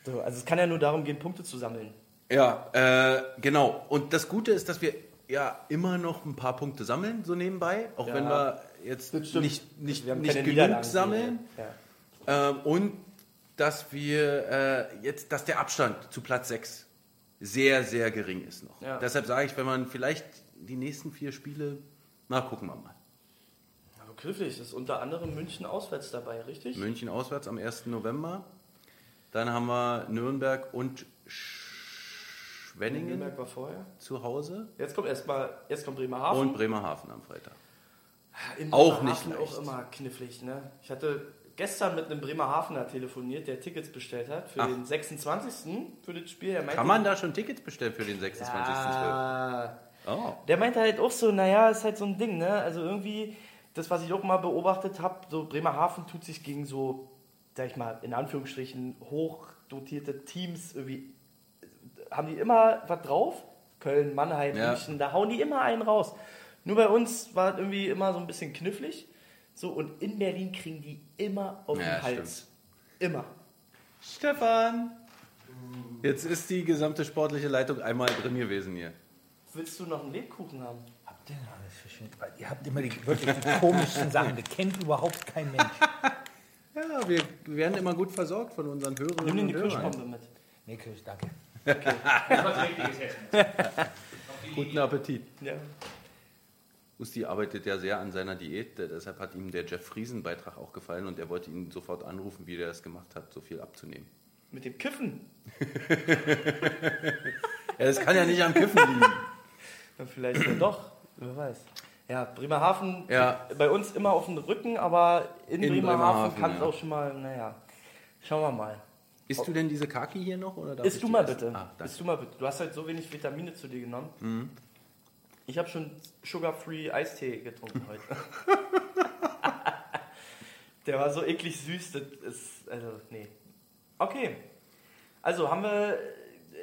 [SPEAKER 5] So, also es kann ja nur darum gehen, Punkte zu sammeln.
[SPEAKER 4] ja, äh, genau. Und das Gute ist, dass wir ja immer noch ein paar Punkte sammeln, so nebenbei, auch
[SPEAKER 5] Ja.
[SPEAKER 4] wenn wir jetzt nicht, nicht, nicht genug
[SPEAKER 5] Niederlagen.
[SPEAKER 4] sammeln.
[SPEAKER 5] Ja.
[SPEAKER 4] Ähm, und dass wir äh, jetzt, dass der Abstand zu Platz 6 sehr, sehr gering ist noch.
[SPEAKER 5] Ja.
[SPEAKER 4] Deshalb sage ich, wenn man vielleicht die nächsten vier Spiele, na gucken wir mal.
[SPEAKER 5] Aber griffig ist unter anderem München auswärts dabei, richtig?
[SPEAKER 4] München auswärts am 1. November. Dann haben wir Nürnberg und Schwenningen
[SPEAKER 5] Nürnberg war vorher.
[SPEAKER 4] zu Hause
[SPEAKER 5] Jetzt kommt erstmal, jetzt kommt Bremerhaven.
[SPEAKER 4] und Bremerhaven am Freitag.
[SPEAKER 5] Im
[SPEAKER 4] auch
[SPEAKER 5] Bremerhaven
[SPEAKER 4] nicht leicht.
[SPEAKER 5] auch immer knifflig, ne? Ich hatte gestern mit einem Bremerhavener telefoniert, der Tickets bestellt hat für
[SPEAKER 4] Ach.
[SPEAKER 5] den 26. für das Spiel. Er meinte,
[SPEAKER 4] Kann man da schon Tickets bestellen für den 26.12.?
[SPEAKER 5] Ja.
[SPEAKER 4] Oh.
[SPEAKER 5] Der meinte halt auch so, naja, ist halt so ein Ding, ne? Also irgendwie, das, was ich auch mal beobachtet habe, so Bremerhaven tut sich gegen so, sag ich mal, in Anführungsstrichen hochdotierte Teams irgendwie, haben die immer was drauf, Köln, Mannheim,
[SPEAKER 4] Ja.
[SPEAKER 5] München, da hauen die immer einen raus. Nur bei uns war es irgendwie immer so ein bisschen knifflig. So, und in Berlin kriegen die immer auf
[SPEAKER 4] Ja,
[SPEAKER 5] den Hals. Immer. Stefan!
[SPEAKER 4] Jetzt ist die gesamte sportliche Leitung einmal drin gewesen hier.
[SPEAKER 5] Willst du noch einen Lebkuchen haben?
[SPEAKER 6] Habt ihr denn alles für Shit? Weil Ihr habt immer die, wirklich die komischsten Sachen. Die kennt überhaupt kein Mensch.
[SPEAKER 4] Ja, wir werden immer gut versorgt von unseren
[SPEAKER 5] Nimm dir
[SPEAKER 4] Hörerinnen
[SPEAKER 5] eine
[SPEAKER 4] und Hörern.
[SPEAKER 5] Kirschbombe mit.
[SPEAKER 6] Nee, Kirsch, danke.
[SPEAKER 4] Guten Appetit.
[SPEAKER 5] Ja.
[SPEAKER 4] Usti arbeitet ja sehr an seiner Diät, äh, deshalb hat ihm der Jeff Friesen-Beitrag auch gefallen und er wollte ihn sofort anrufen, wie er das gemacht hat, so viel abzunehmen.
[SPEAKER 5] Mit dem Kiffen.
[SPEAKER 4] Ja, das kann ja nicht am Kiffen liegen.
[SPEAKER 5] Ja, vielleicht ja doch, wer weiß. Ja, Bremerhaven,
[SPEAKER 4] Ja.
[SPEAKER 5] bei uns immer auf dem Rücken, aber in,
[SPEAKER 4] In
[SPEAKER 5] Bremerhaven
[SPEAKER 4] Bremerhaven,
[SPEAKER 5] kann es
[SPEAKER 4] ja.
[SPEAKER 5] auch schon mal, naja, schauen wir mal.
[SPEAKER 4] (laughs) Isst du denn diese Kaki hier noch? Oder darf ich
[SPEAKER 5] Isst du
[SPEAKER 4] die
[SPEAKER 5] mal
[SPEAKER 4] essen?
[SPEAKER 5] bitte,
[SPEAKER 4] Ah, danke. Mhm.
[SPEAKER 5] isst du mal bitte. Du hast halt so wenig Vitamine zu dir genommen. Ich habe schon Sugar-Free Eistee
[SPEAKER 4] (laughs)
[SPEAKER 5] getrunken heute. (laughs) Der war so eklig süß, das ist, also, nee. Okay, also haben wir,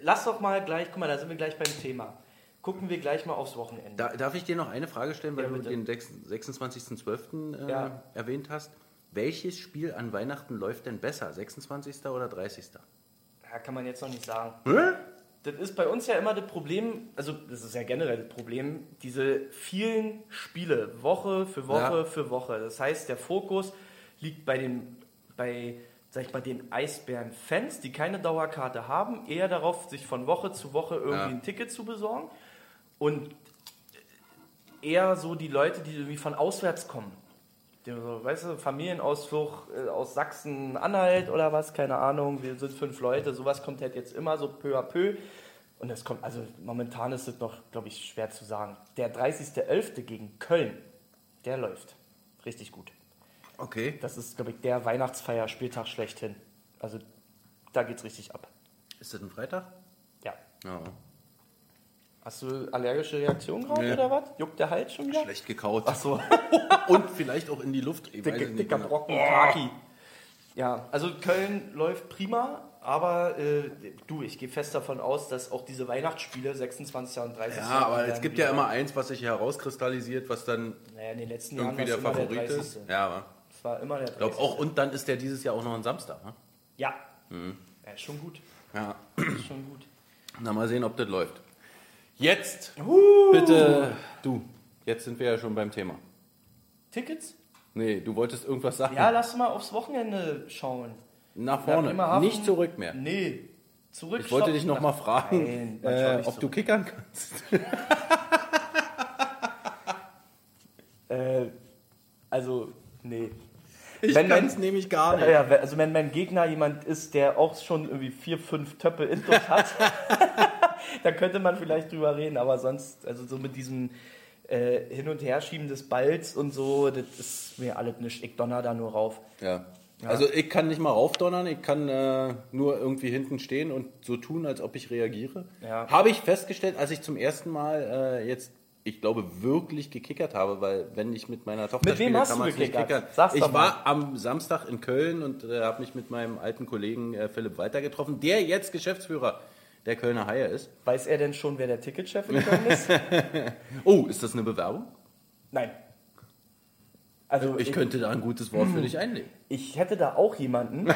[SPEAKER 5] lass doch mal gleich, guck mal, da sind wir gleich beim Thema. Gucken wir gleich mal aufs Wochenende.
[SPEAKER 4] Da, darf ich dir noch eine Frage stellen, weil
[SPEAKER 5] Ja,
[SPEAKER 4] du
[SPEAKER 5] bitte.
[SPEAKER 4] den sechs- 26.12. Äh,
[SPEAKER 5] Ja.
[SPEAKER 4] erwähnt hast? Welches Spiel an Weihnachten läuft denn besser, 26. oder 30.?
[SPEAKER 5] Ja, kann man jetzt noch nicht sagen.
[SPEAKER 4] Hä?
[SPEAKER 5] Das ist bei uns ja immer das Problem, also das ist ja generell das Problem, diese vielen Spiele, Woche für Woche
[SPEAKER 4] Ja.
[SPEAKER 5] für Woche. Das heißt, der Fokus liegt bei den, bei, sag ich mal, den Eisbären-Fans, die keine Dauerkarte haben, eher darauf, sich von Woche zu Woche irgendwie
[SPEAKER 4] Ja.
[SPEAKER 5] ein Ticket zu besorgen. Und eher so die Leute, die irgendwie von auswärts kommen. Die so, weißt du, Familienausflug äh, aus Sachsen-Anhalt oder was, keine Ahnung, wir sind fünf Leute, sowas kommt halt jetzt immer so peu à peu. Und das kommt, also momentan ist es noch, glaube ich, schwer zu sagen. Der 30.11. gegen Köln, der läuft richtig gut.
[SPEAKER 4] Okay.
[SPEAKER 5] Das ist, glaube ich, der Weihnachtsfeier-Spieltag schlechthin. Also da geht's richtig ab.
[SPEAKER 4] Ist das ein Freitag?
[SPEAKER 5] Ja.
[SPEAKER 4] Ja.
[SPEAKER 5] Hast du allergische Reaktion gerade
[SPEAKER 4] Nee.
[SPEAKER 5] oder was? Juckt der Hals schon wieder?
[SPEAKER 4] Schlecht gekaut.
[SPEAKER 5] Ach so.
[SPEAKER 4] Und vielleicht auch in die Luft. Ich weiß
[SPEAKER 5] Dicke,
[SPEAKER 4] es nicht
[SPEAKER 5] dicker
[SPEAKER 4] genau.
[SPEAKER 5] Brocken Kaki. Ja, also Köln läuft prima, aber äh, du, ich gehe fest davon aus, dass auch diese Weihnachtsspiele 26 und 30
[SPEAKER 4] Ja, aber es gibt ja immer eins, was sich herauskristallisiert, was dann
[SPEAKER 5] naja, in den letzten Jahren
[SPEAKER 4] irgendwie
[SPEAKER 5] war es
[SPEAKER 4] der
[SPEAKER 5] immer
[SPEAKER 4] Favorit
[SPEAKER 5] der 30.
[SPEAKER 4] ist. Ja, aber
[SPEAKER 5] Es war immer der 30.
[SPEAKER 4] ich glaube auch. Und dann ist der dieses Jahr auch noch ein Samstag. Ne?
[SPEAKER 5] Ja.
[SPEAKER 4] Mhm.
[SPEAKER 5] ja, ist schon gut,
[SPEAKER 4] Ja.
[SPEAKER 5] ist schon gut.
[SPEAKER 4] Na, mal sehen, ob das läuft. Jetzt, bitte, du. Jetzt sind wir ja schon beim Thema.
[SPEAKER 5] Tickets?
[SPEAKER 4] Nee, du wolltest irgendwas sagen.
[SPEAKER 5] Ja, lass mal aufs Wochenende schauen.
[SPEAKER 4] Nach
[SPEAKER 5] Ja,
[SPEAKER 4] vorne,
[SPEAKER 5] Bremerhaven-
[SPEAKER 4] nicht zurück mehr.
[SPEAKER 5] Nee, zurück.
[SPEAKER 4] Ich wollte dich noch mal fragen,
[SPEAKER 5] Nein, man schaut
[SPEAKER 4] äh,
[SPEAKER 5] nicht
[SPEAKER 4] ob du kickern kannst.
[SPEAKER 5] Äh, also, nee.
[SPEAKER 4] Ich
[SPEAKER 5] Wenn,
[SPEAKER 4] kann's
[SPEAKER 5] wenn-
[SPEAKER 4] nämlich gar
[SPEAKER 5] Ja, ja, also wenn mein Gegner jemand ist, der auch schon irgendwie vier, fünf Töppe
[SPEAKER 4] (laughs)
[SPEAKER 5] Intus hat, (laughs) da könnte man vielleicht drüber reden, aber sonst, also so mit diesem äh, Hin- und Herschieben des Balls und so, das ist mir alles nicht. Ich donner da nur rauf.
[SPEAKER 4] Ja. Also ich kann nicht mal raufdonnern, ich kann äh, nur irgendwie hinten stehen und so tun, als ob ich reagiere.
[SPEAKER 5] Ja.
[SPEAKER 4] Habe ich festgestellt, als ich zum ersten Mal äh, jetzt, ich glaube, wirklich gekickert habe, weil wenn ich mit meiner Tochter
[SPEAKER 5] Mit wem hast du gekickert? Sag's
[SPEAKER 4] Ich
[SPEAKER 5] doch mal.
[SPEAKER 4] war am Samstag in Köln und äh, habe mich mit meinem alten Kollegen äh, Philipp Walter getroffen, der jetzt Geschäftsführer der Kölner Haie ist.
[SPEAKER 5] Weiß er denn schon, wer der Ticketchef in Köln
[SPEAKER 4] (laughs)
[SPEAKER 5] ist?
[SPEAKER 4] Oh, ist das eine Bewerbung?
[SPEAKER 5] Nein. Also
[SPEAKER 4] Ich könnte da ein gutes Wort für dich einlegen.
[SPEAKER 5] Ich hätte da auch
[SPEAKER 4] (laughs)
[SPEAKER 5] jemanden.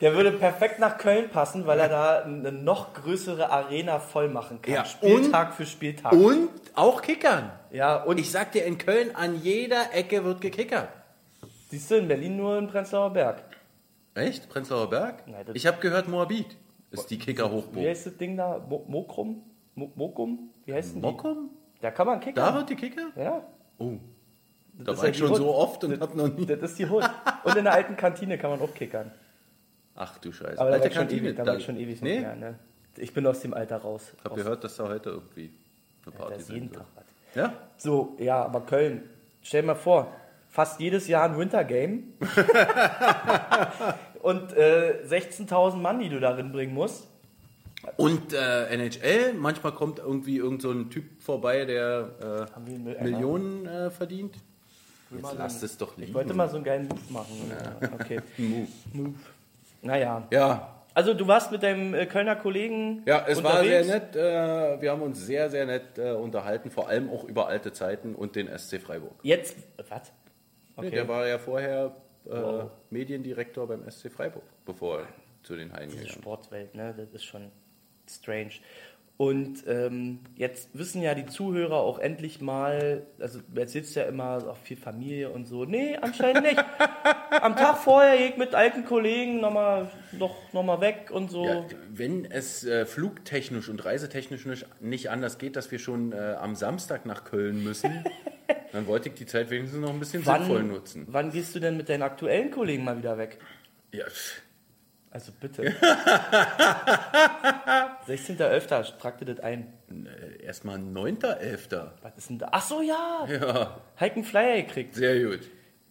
[SPEAKER 5] Der würde perfekt nach Köln passen, weil er da eine noch größere Arena voll machen kann.
[SPEAKER 4] Ja,
[SPEAKER 5] Spieltag für Spieltag.
[SPEAKER 4] Und auch kickern.
[SPEAKER 5] Ja, und
[SPEAKER 4] Und ich sag dir, in Köln an jeder Ecke wird gekickert.
[SPEAKER 5] siehst du in Berlin nur in Prenzlauer Berg.
[SPEAKER 4] Echt? Prenzlauer Berg?
[SPEAKER 5] Nein, das-
[SPEAKER 4] ich habe gehört, Moabit ist die
[SPEAKER 5] Wie
[SPEAKER 4] Kicker-Hochburg.
[SPEAKER 5] heißt das Ding da? Mo Mokrum? Mo Mokum? Wie heißt denn die?
[SPEAKER 4] Mockum?
[SPEAKER 5] Da kann man kicken.
[SPEAKER 4] Da wird die Kicker?
[SPEAKER 5] Ja.
[SPEAKER 4] Oh. Da
[SPEAKER 5] ist
[SPEAKER 4] war
[SPEAKER 5] ja
[SPEAKER 4] ich
[SPEAKER 5] die
[SPEAKER 4] schon
[SPEAKER 5] Hut.
[SPEAKER 4] so oft und hab noch nie.
[SPEAKER 5] Das ist die Hut. Und in der alten Kantine kann man auch kickern.
[SPEAKER 4] Ach du Scheiße.
[SPEAKER 5] Aber da
[SPEAKER 4] Alte
[SPEAKER 5] war ich schon
[SPEAKER 4] Kantine,
[SPEAKER 5] ewig, da war ich schon ewig
[SPEAKER 4] nee?
[SPEAKER 5] nicht mehr, ne? Ich bin aus dem Alter raus.
[SPEAKER 4] Ich hab
[SPEAKER 5] Aus-
[SPEAKER 4] gehört, dass da heute irgendwie eine
[SPEAKER 5] Da
[SPEAKER 4] Party
[SPEAKER 5] ist
[SPEAKER 4] sein
[SPEAKER 5] jeden
[SPEAKER 4] soll.
[SPEAKER 5] Tag was.
[SPEAKER 4] Ja?
[SPEAKER 5] So, ja, aber Köln, stell dir mal vor, fast jedes Jahr ein Wintergame.
[SPEAKER 4] (laughs)
[SPEAKER 5] Und äh, 16.000 Mann, die du darin bringen musst.
[SPEAKER 4] Und äh, NHL, manchmal kommt irgendwie irgend so ein Typ vorbei, der
[SPEAKER 5] Haben wir
[SPEAKER 4] äh,
[SPEAKER 5] einen Mülleimer?
[SPEAKER 4] Millionen äh, verdient.
[SPEAKER 5] mal
[SPEAKER 4] Jetzt lasst
[SPEAKER 5] einen-
[SPEAKER 4] es doch liegen. (laughs)
[SPEAKER 5] Ich wollte mal so einen geilen Move machen. Ja. Okay.
[SPEAKER 4] Move.
[SPEAKER 5] Move. Naja,
[SPEAKER 4] Ja,
[SPEAKER 5] Also du warst mit deinem äh, Kölner Kollegen
[SPEAKER 4] Ja, es war sehr
[SPEAKER 5] unterwegs?
[SPEAKER 4] nett. Äh, wir haben uns sehr, sehr nett äh, unterhalten, vor allem auch über alte Zeiten und den SC Freiburg.
[SPEAKER 5] Jetzt, äh, was?
[SPEAKER 4] Nee, Der war ja vorher äh, Mediendirektor beim SC Freiburg, bevor er zu den Heiden
[SPEAKER 5] diese
[SPEAKER 4] gegangen
[SPEAKER 5] Sportwelt, ne? Das ist schon strange. Und ähm, jetzt wissen ja die Zuhörer auch endlich mal, also du erzählst ja immer auch viel Familie und so. Nee,
[SPEAKER 4] (laughs)
[SPEAKER 5] anscheinend nicht. Am Tag vorher ging ich mit alten Kollegen nochmal noch, noch mal weg und so.
[SPEAKER 4] ist. Ja, wenn es äh, flugtechnisch und reisetechnisch nicht- nicht anders geht, dass wir schon äh, am Samstag nach Köln
[SPEAKER 5] (laughs)
[SPEAKER 4] müssen, dann wollte ich die Zeit wenigstens noch ein bisschen sinnvoll nutzen.
[SPEAKER 5] wann gehst du denn mit deinen aktuellen Kollegen mal wieder weg?
[SPEAKER 4] Ja,
[SPEAKER 5] Also
[SPEAKER 4] (laughs)
[SPEAKER 5] bitte. 16.11. trag dir das ein.
[SPEAKER 4] äh, erstmal 9.11.
[SPEAKER 5] Was ist denn da? Ach so, ja. Ja. Heik einen Flyer gekriegt.
[SPEAKER 4] Sehr gut.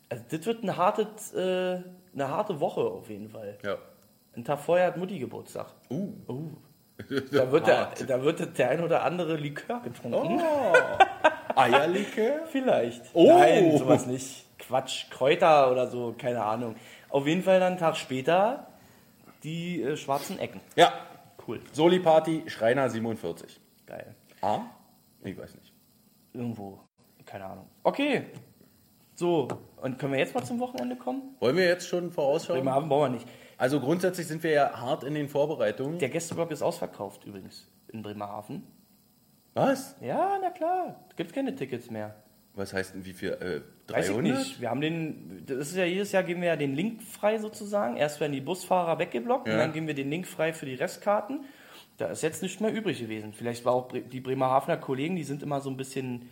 [SPEAKER 5] Also das wird ein hartes, äh, eine harte Woche auf jeden Fall.
[SPEAKER 4] Ja.
[SPEAKER 5] Ein Tag vorher hat Mutti Geburtstag. Oh.
[SPEAKER 4] Uh. (laughs)
[SPEAKER 5] Da wird, der, da wird das der ein oder andere Likör getrunken.
[SPEAKER 4] Eierlikör?
[SPEAKER 5] (laughs) Vielleicht.
[SPEAKER 4] Oh.
[SPEAKER 5] Nein, sowas nicht. Quatsch, Kräuter oder so, keine Ahnung. Auf jeden Fall dann einen Tag später die äh, schwarzen Ecken.
[SPEAKER 4] Ja.
[SPEAKER 5] Cool.
[SPEAKER 4] Soli-Party, Schreiner 47.
[SPEAKER 5] Geil.
[SPEAKER 4] A? Ich weiß nicht.
[SPEAKER 5] Irgendwo. Keine Ahnung. Okay. So, und können wir jetzt mal zum Wochenende kommen?
[SPEAKER 4] Wollen wir jetzt schon vorausschauen?
[SPEAKER 5] Bremerhaven brauchen wir nicht.
[SPEAKER 4] Also grundsätzlich sind wir ja hart in den Vorbereitungen.
[SPEAKER 5] Der Gästeblock ist ausverkauft übrigens in Bremerhaven.
[SPEAKER 4] Was?
[SPEAKER 5] Ja, na klar. Gibt keine Tickets mehr.
[SPEAKER 4] Was heißt denn, wie viel? Äh,
[SPEAKER 5] Weiß
[SPEAKER 4] 300?
[SPEAKER 5] ich nicht. Wir haben den, das ist ja jedes Jahr geben wir ja den Link frei sozusagen. Erst werden die Busfahrer weggeblockt
[SPEAKER 4] Ja.
[SPEAKER 5] und dann geben wir den Link frei für die Restkarten. Da ist jetzt nicht mehr übrig gewesen. Vielleicht war auch Bre- die Bremerhavener Kollegen, die sind immer so ein bisschen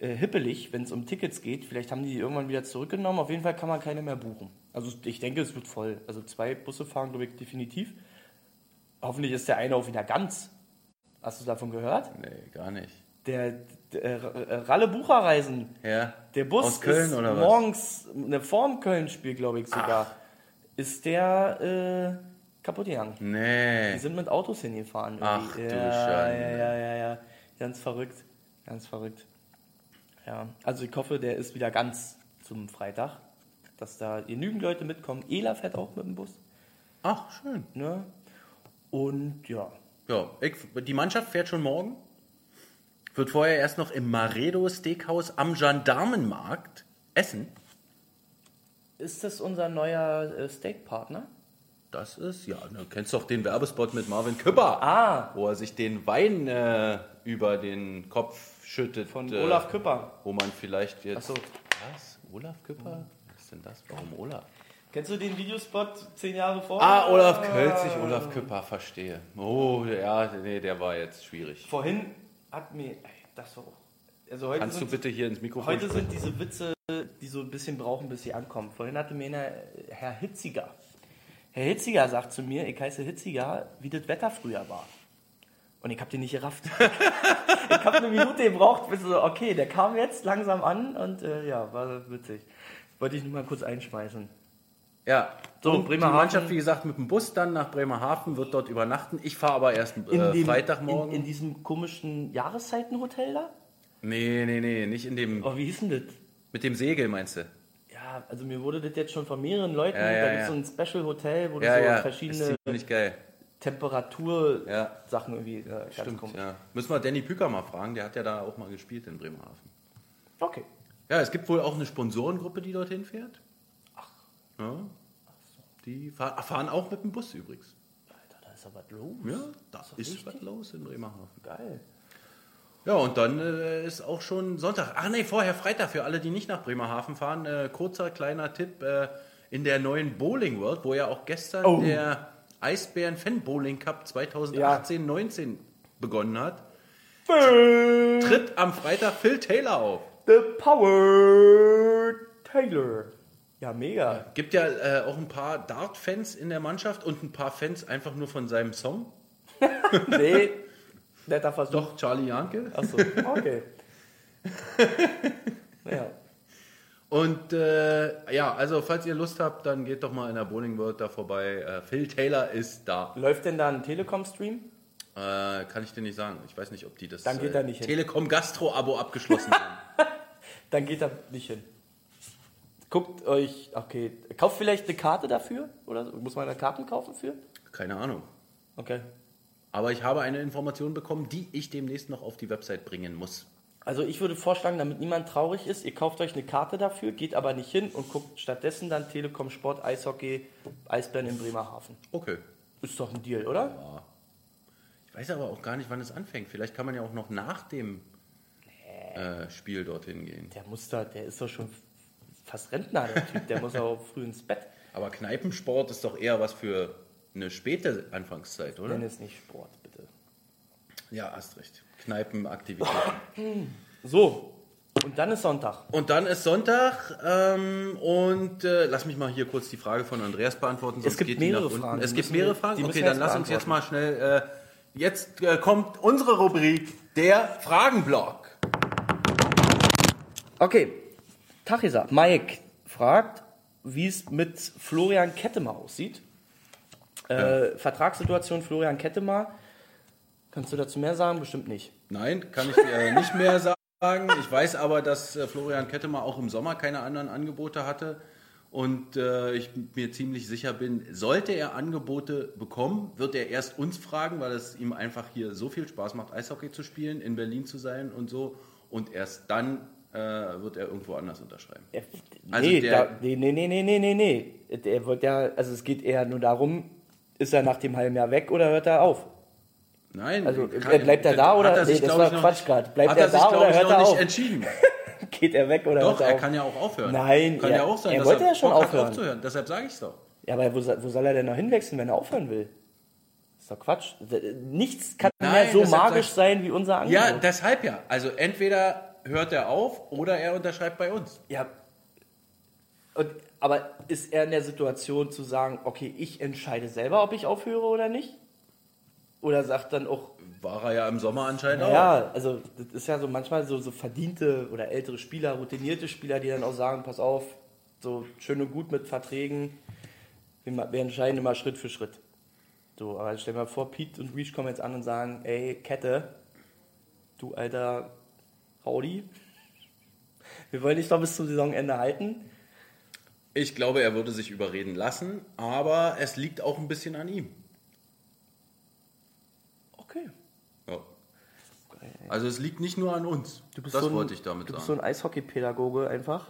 [SPEAKER 5] äh, hippelig, wenn es um Tickets geht. Vielleicht haben die die irgendwann wieder zurückgenommen. Auf jeden Fall kann man keine mehr buchen. Also ich denke, es wird voll. Also zwei Busse fahren, glaube ich, definitiv. Hoffentlich ist der eine auch wieder ganz. Hast du davon gehört?
[SPEAKER 4] Nee, gar nicht.
[SPEAKER 5] Der, der äh, Ralle Bucher Reisen
[SPEAKER 4] Ja.
[SPEAKER 5] der Bus
[SPEAKER 4] Aus Köln
[SPEAKER 5] ist
[SPEAKER 4] oder was?
[SPEAKER 5] morgens, ne, vorm Köln-Spiel, glaube ich sogar, ist der äh, kaputt gegangen. Die
[SPEAKER 4] Nee.
[SPEAKER 5] sind mit Autos hingefahren.
[SPEAKER 4] Ach,
[SPEAKER 5] irgendwie.
[SPEAKER 4] du
[SPEAKER 5] ja,
[SPEAKER 4] Schande.
[SPEAKER 5] Ja, ja, ja, ja. Ganz verrückt. Ganz verrückt. Ja, also ich hoffe, der ist wieder ganz zum Freitag, dass da genügend Leute mitkommen. Ela fährt auch mit dem Bus.
[SPEAKER 4] Ach, schön.
[SPEAKER 5] Ne? Und ja,
[SPEAKER 4] Ja, ich, die Mannschaft fährt schon morgen. Wird vorher erst noch im Maredo Steakhouse am Gendarmenmarkt essen.
[SPEAKER 5] ist das unser neuer äh, Steakpartner?
[SPEAKER 4] Das ist, ja, du kennst doch den Werbespot mit Marvin Küpper.
[SPEAKER 5] Ah.
[SPEAKER 4] Wo er sich den Wein äh, über den Kopf schüttet.
[SPEAKER 5] Von
[SPEAKER 4] äh,
[SPEAKER 5] Olaf Küpper.
[SPEAKER 4] Wo man vielleicht jetzt.
[SPEAKER 5] Ach so. Hm.
[SPEAKER 4] Was? Olaf Küpper? Was ist denn das? Warum Olaf?
[SPEAKER 5] Kennst du den Videospot zehn Jahre vorher?
[SPEAKER 4] Ah, Olaf Kölzig, Olaf Küpper, verstehe. Oh, ja, nee, der war jetzt schwierig.
[SPEAKER 5] Vorhin hat mir. ey, Das war auch. Also heute
[SPEAKER 4] Kannst du
[SPEAKER 5] sind,
[SPEAKER 4] bitte hier ins Mikrofon
[SPEAKER 5] heute sind diese Witze, die so ein bisschen brauchen, bis sie ankommen. Vorhin hatte mir einer, äh, Herr Hitziger. Herr Hitziger sagt zu mir, ich heiße Hitziger, wie das Wetter früher war. Und ich habe den nicht gerafft. (laughs) ich habe eine Minute gebraucht, bis so, okay, der kam jetzt langsam an und äh, ja, war witzig. Wollte ich nur mal kurz einschmeißen.
[SPEAKER 4] Ja.
[SPEAKER 5] So,
[SPEAKER 4] Und
[SPEAKER 5] Bremerhaven.
[SPEAKER 4] Die Mannschaft, wie gesagt, mit dem Bus dann nach Bremerhaven, wird dort übernachten. Ich fahre aber erst äh,
[SPEAKER 5] dem-
[SPEAKER 4] Freitagmorgen.
[SPEAKER 5] In, in diesem komischen Jahreszeitenhotel da?
[SPEAKER 4] nee, nee, nee, nicht in dem.
[SPEAKER 5] Oh, wie hieß denn das?
[SPEAKER 4] Mit dem Segel meinst du?
[SPEAKER 5] Ja, also mir wurde das jetzt schon von mehreren Leuten,
[SPEAKER 4] Ja, ja,
[SPEAKER 5] da gibt es
[SPEAKER 4] ja.
[SPEAKER 5] so ein Special Hotel, wo du
[SPEAKER 4] Ja,
[SPEAKER 5] so
[SPEAKER 4] ja.
[SPEAKER 5] verschiedene
[SPEAKER 4] Ist ziemlich geil.
[SPEAKER 5] Temperatursachen
[SPEAKER 4] Ja.
[SPEAKER 5] irgendwie äh, ganz
[SPEAKER 4] Stimmt,
[SPEAKER 5] komisch.
[SPEAKER 4] ja. Müssen wir Danny Püker mal fragen, der hat ja da auch mal gespielt in Bremerhaven.
[SPEAKER 5] Okay.
[SPEAKER 4] Ja, es gibt wohl auch eine Sponsorengruppe, die dorthin fährt. Ach. Ja. Die fahr fahren auch mit dem Bus übrigens.
[SPEAKER 5] Alter, da ist aber was los.
[SPEAKER 4] Ja, da ist, was los in Bremerhaven.
[SPEAKER 5] Geil.
[SPEAKER 4] Ja, und dann äh, ist auch schon Sonntag. Ach nee, vorher Freitag für alle, die nicht nach Bremerhaven fahren. Äh, kurzer kleiner Tipp äh, in der neuen Bowling World, wo ja auch gestern
[SPEAKER 5] Oh.
[SPEAKER 4] der Eisbären Fan Bowling Cup 2018-19 begonnen hat. Tritt am Freitag Phil Taylor auf.
[SPEAKER 5] The Power Taylor. Ja, mega.
[SPEAKER 4] Gibt ja äh, auch ein paar Dart-Fans in der Mannschaft und ein paar Fans einfach nur von seinem Song.
[SPEAKER 5] (laughs) Nee, netter Versuch.
[SPEAKER 4] Doch, Charlie Janke.
[SPEAKER 5] Achso,
[SPEAKER 4] (laughs)
[SPEAKER 5] okay. naja.
[SPEAKER 4] Und äh, ja, also falls ihr Lust habt, dann geht doch mal in der Bowling World da vorbei. Äh, Phil Taylor ist da.
[SPEAKER 5] Läuft denn da ein Telekom-Stream?
[SPEAKER 4] Äh, kann ich dir nicht sagen. Ich weiß nicht, ob die das
[SPEAKER 5] Dann geht
[SPEAKER 4] äh,
[SPEAKER 5] er nicht hin.
[SPEAKER 4] Telekom Gastro-Abo abgeschlossen haben. (laughs)
[SPEAKER 5] Dann geht er nicht hin. Guckt euch, okay, kauft vielleicht eine Karte dafür? Oder so. muss man da Karten kaufen für?
[SPEAKER 4] Keine Ahnung.
[SPEAKER 5] Okay.
[SPEAKER 4] Aber ich habe eine Information bekommen, die ich demnächst noch auf die Website bringen muss.
[SPEAKER 5] Also ich würde vorschlagen, damit niemand traurig ist, ihr kauft euch eine Karte dafür, geht aber nicht hin und guckt stattdessen dann Telekom Sport Eishockey Eisbären in Bremerhaven.
[SPEAKER 4] Okay.
[SPEAKER 5] Ist doch ein Deal, oder?
[SPEAKER 4] Ich weiß aber auch gar nicht, wann es anfängt. Vielleicht kann man ja auch noch nach dem äh, Spiel dorthin gehen.
[SPEAKER 5] Der muss da, der ist doch schon fast Rentner, der Typ, der muss auch früh ins Bett.
[SPEAKER 4] Aber Kneipensport ist doch eher was für eine späte Anfangszeit, oder?
[SPEAKER 5] Nenn es nicht Sport, bitte.
[SPEAKER 4] Ja, hast recht. Kneipenaktivitäten.
[SPEAKER 5] So, und dann ist Sonntag.
[SPEAKER 4] Und dann ist Sonntag ähm, und äh, lass mich mal hier kurz die Frage von Andreas beantworten. Sonst
[SPEAKER 5] Es gibt
[SPEAKER 4] geht die nach
[SPEAKER 5] mehrere
[SPEAKER 4] unten.
[SPEAKER 5] Fragen,
[SPEAKER 4] Es
[SPEAKER 5] die
[SPEAKER 4] gibt
[SPEAKER 5] müssen wir-
[SPEAKER 4] mehrere
[SPEAKER 5] die
[SPEAKER 4] Fragen.
[SPEAKER 5] müssen
[SPEAKER 4] Okay,
[SPEAKER 5] wir
[SPEAKER 4] dann
[SPEAKER 5] jetzt
[SPEAKER 4] lass uns jetzt mal schnell. Äh, jetzt äh, kommt unsere Rubrik, der Fragenblock.
[SPEAKER 5] Okay, Tachisa. Mike fragt, wie es mit Florian Kettemer aussieht. Äh, Vertragssituation Florian Kettemer. Kannst du dazu mehr sagen? Bestimmt nicht.
[SPEAKER 4] Nein, kann ich dir nicht mehr sagen. Ich weiß aber, dass äh, Florian Kettemer auch im Sommer keine anderen Angebote hatte. Und äh, ich mir ziemlich sicher bin, sollte er Angebote bekommen, wird er erst uns fragen, weil es ihm einfach hier so viel Spaß macht, Eishockey zu spielen, in Berlin zu sein und so. Und erst dann äh, wird er irgendwo anders unterschreiben.
[SPEAKER 5] Er,
[SPEAKER 4] Also
[SPEAKER 5] nee,
[SPEAKER 4] der-
[SPEAKER 5] da, nee, nee, nee, nee, nee, nee, nee. Der wird ja, also es geht eher nur darum, ist er nach dem halben Jahr weg oder hört er auf? (laughs)
[SPEAKER 4] Nein,
[SPEAKER 5] Also, er bleibt er da oder-
[SPEAKER 4] Hat er sich,
[SPEAKER 5] nee, das
[SPEAKER 4] glaub
[SPEAKER 5] war
[SPEAKER 4] ich, noch
[SPEAKER 5] Quatsch
[SPEAKER 4] nicht-
[SPEAKER 5] gerade. Bleibt
[SPEAKER 4] hat
[SPEAKER 5] er
[SPEAKER 4] sich,
[SPEAKER 5] da
[SPEAKER 4] glaub
[SPEAKER 5] oder
[SPEAKER 4] ich,
[SPEAKER 5] hört
[SPEAKER 4] noch
[SPEAKER 5] er
[SPEAKER 4] nicht
[SPEAKER 5] auf? (laughs)
[SPEAKER 4] entschieden?
[SPEAKER 5] Geht er weg oder
[SPEAKER 4] Doch,
[SPEAKER 5] hört er
[SPEAKER 4] er
[SPEAKER 5] auf?
[SPEAKER 4] kann ja auch aufhören.
[SPEAKER 5] Nein,
[SPEAKER 4] kann
[SPEAKER 5] er-
[SPEAKER 4] ja auch sein.
[SPEAKER 5] er
[SPEAKER 4] dass
[SPEAKER 5] wollte ja schon
[SPEAKER 4] Bock hat,
[SPEAKER 5] aufhören.
[SPEAKER 4] aufzuhören. Deshalb sage ich es doch.
[SPEAKER 5] Ja, aber wo, soll- wo soll er denn noch hinwechseln, wenn er aufhören will? Ist doch Quatsch. Nichts kann
[SPEAKER 4] Nein,
[SPEAKER 5] mehr so
[SPEAKER 4] das hat
[SPEAKER 5] magisch
[SPEAKER 4] sein-
[SPEAKER 5] sein wie unser Angebot.
[SPEAKER 4] Ja, deshalb ja. Also entweder hört er auf oder er unterschreibt bei uns.
[SPEAKER 5] Ja. Und, aber ist er in der Situation zu sagen, okay, ich entscheide selber, ob ich aufhöre oder nicht? Oder sagt dann auch,
[SPEAKER 4] War er ja im Sommer anscheinend auch.
[SPEAKER 5] ja, also das ist ja so manchmal so, so verdiente oder ältere Spieler, routinierte Spieler, die dann auch sagen, pass auf, so schön und gut mit Verträgen, wir, ma- wir entscheiden immer Schritt für Schritt. So, aber stell dir mal vor, Pete und Reach kommen jetzt an und sagen, ey, Kette, du alter Rowdy, wir wollen dich doch bis zum Saisonende halten.
[SPEAKER 4] Ich glaube, er würde sich überreden lassen, aber es liegt auch ein bisschen an ihm.
[SPEAKER 5] Okay.
[SPEAKER 4] Ja. Also es liegt nicht nur an uns. das wollte ich damit
[SPEAKER 5] du bist
[SPEAKER 4] sagen.
[SPEAKER 5] so ein Eishockey-Pädagoge einfach.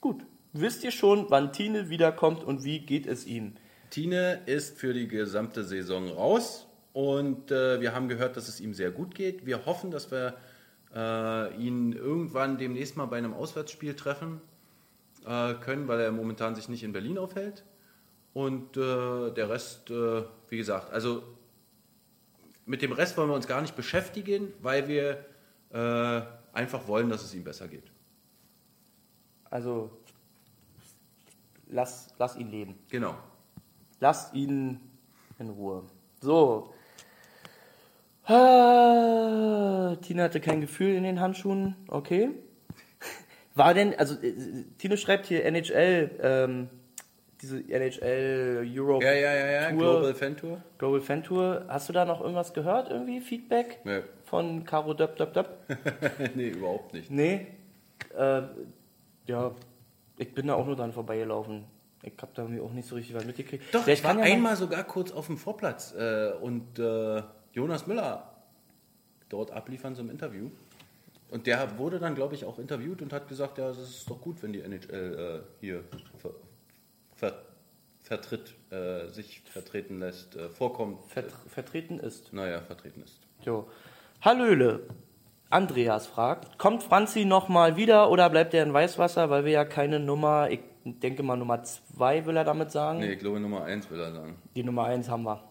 [SPEAKER 5] Gut. Wisst ihr schon, wann Tine wiederkommt und wie geht es ihm?
[SPEAKER 4] Tine ist für die gesamte Saison raus und äh, wir haben gehört, dass es ihm sehr gut geht. Wir hoffen, dass wir äh, ihn irgendwann demnächst mal bei einem Auswärtsspiel treffen äh, können, weil er momentan sich nicht in Berlin aufhält. Und äh, der Rest, äh, wie gesagt, also mit dem Rest wollen wir uns gar nicht beschäftigen, weil wir äh, einfach wollen, dass es ihm besser geht.
[SPEAKER 5] Also, lass, lass ihn leben.
[SPEAKER 4] Genau.
[SPEAKER 5] Lass ihn in Ruhe. So. Ah, Tina hatte kein Gefühl in den Handschuhen. Okay. (laughs) War denn, also äh, Tine schreibt hier NHL, ähm, diese NHL Europe
[SPEAKER 4] Ja, ja, ja, ja.
[SPEAKER 5] Tour.
[SPEAKER 4] Global Fan Tour.
[SPEAKER 5] Global Fan Tour. Hast du da noch irgendwas gehört? Irgendwie Feedback?
[SPEAKER 4] Nee.
[SPEAKER 5] Von Caro Döpp Döpp Döpp?
[SPEAKER 4] (laughs) nee, überhaupt nicht.
[SPEAKER 5] Nee. Äh, ja, ich bin da auch nur dran vorbeigelaufen. Ich hab da irgendwie auch nicht so richtig was mitgekriegt.
[SPEAKER 4] Doch,
[SPEAKER 5] Vielleicht
[SPEAKER 4] ich war
[SPEAKER 5] kann ja mal-
[SPEAKER 4] einmal sogar kurz auf dem Vorplatz äh, und äh, Jonas Müller dort abliefern zum Interview. Und der wurde dann, glaube ich, auch interviewt und hat gesagt, ja, es ist doch gut, wenn die NHL äh, hier ver ver vertritt, äh, sich vertreten lässt, äh, vorkommt.
[SPEAKER 5] Vert- vertreten ist.
[SPEAKER 4] naja, vertreten ist.
[SPEAKER 5] Jo. Hallöle. Andreas fragt, kommt Franzi nochmal wieder oder bleibt er in Weißwasser, weil wir ja keine Nummer, ich denke mal Nummer 2 will er damit sagen.
[SPEAKER 4] Nee, ich glaube Nummer 1 will er sagen.
[SPEAKER 5] Die Nummer 1 haben wir.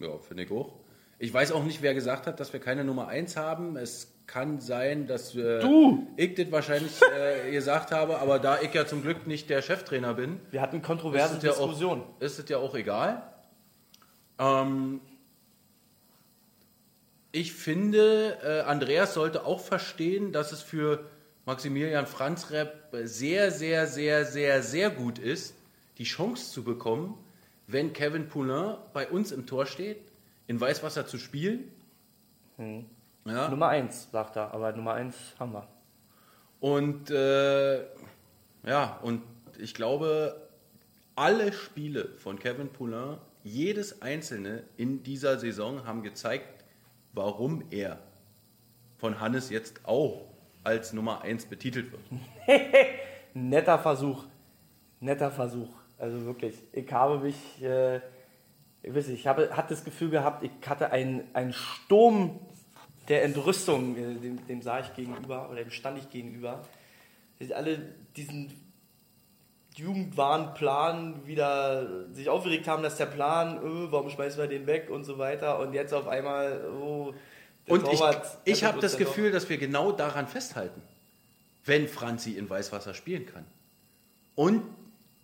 [SPEAKER 4] Ja, finde ich auch. Ich weiß auch nicht, wer gesagt hat, dass wir keine Nummer 1 haben. Es kann sein, dass äh,
[SPEAKER 5] Du!
[SPEAKER 4] ich das wahrscheinlich äh, gesagt habe, aber da ich ja zum Glück nicht der Cheftrainer bin,
[SPEAKER 5] Wir hatten
[SPEAKER 4] ist
[SPEAKER 5] kontroverse
[SPEAKER 4] es ja
[SPEAKER 5] Diskussionen.
[SPEAKER 4] auch, ist es ja auch egal. Ähm, ich finde, äh, Andreas sollte auch verstehen, dass es für Maximilian Franzrepp sehr, sehr, sehr, sehr, sehr gut ist, die Chance zu bekommen, wenn Kevin Poulin bei uns im Tor steht, in Weißwasser zu spielen. Ja.
[SPEAKER 5] Nummer 1, sagt er, aber Nummer 1 haben wir.
[SPEAKER 4] Und äh, ja, und ich glaube, alle Spiele von Kevin Poulin jedes einzelne in dieser Saison haben gezeigt, warum er von Hannes jetzt auch als Nummer 1 betitelt wird.
[SPEAKER 5] Netter Versuch. Netter Versuch. Also wirklich. Ich habe mich, äh, ich weiß nicht, ich habe, hatte das Gefühl gehabt, ich hatte einen, einen Sturm der Entrüstung, äh, dem, dem sah ich gegenüber oder dem stand ich gegenüber. Dass alle diesen Jugendwahnplan wieder sich aufgeregt haben, dass der Plan, öh, warum schmeißen wir den weg und so weiter. Und jetzt auf einmal, oh, der
[SPEAKER 4] Und ich,
[SPEAKER 5] Torwart
[SPEAKER 4] ich habe
[SPEAKER 5] rettet
[SPEAKER 4] das
[SPEAKER 5] uns ja doch.
[SPEAKER 4] Gefühl, dass wir genau daran festhalten, wenn Franzi in Weißwasser spielen kann. Und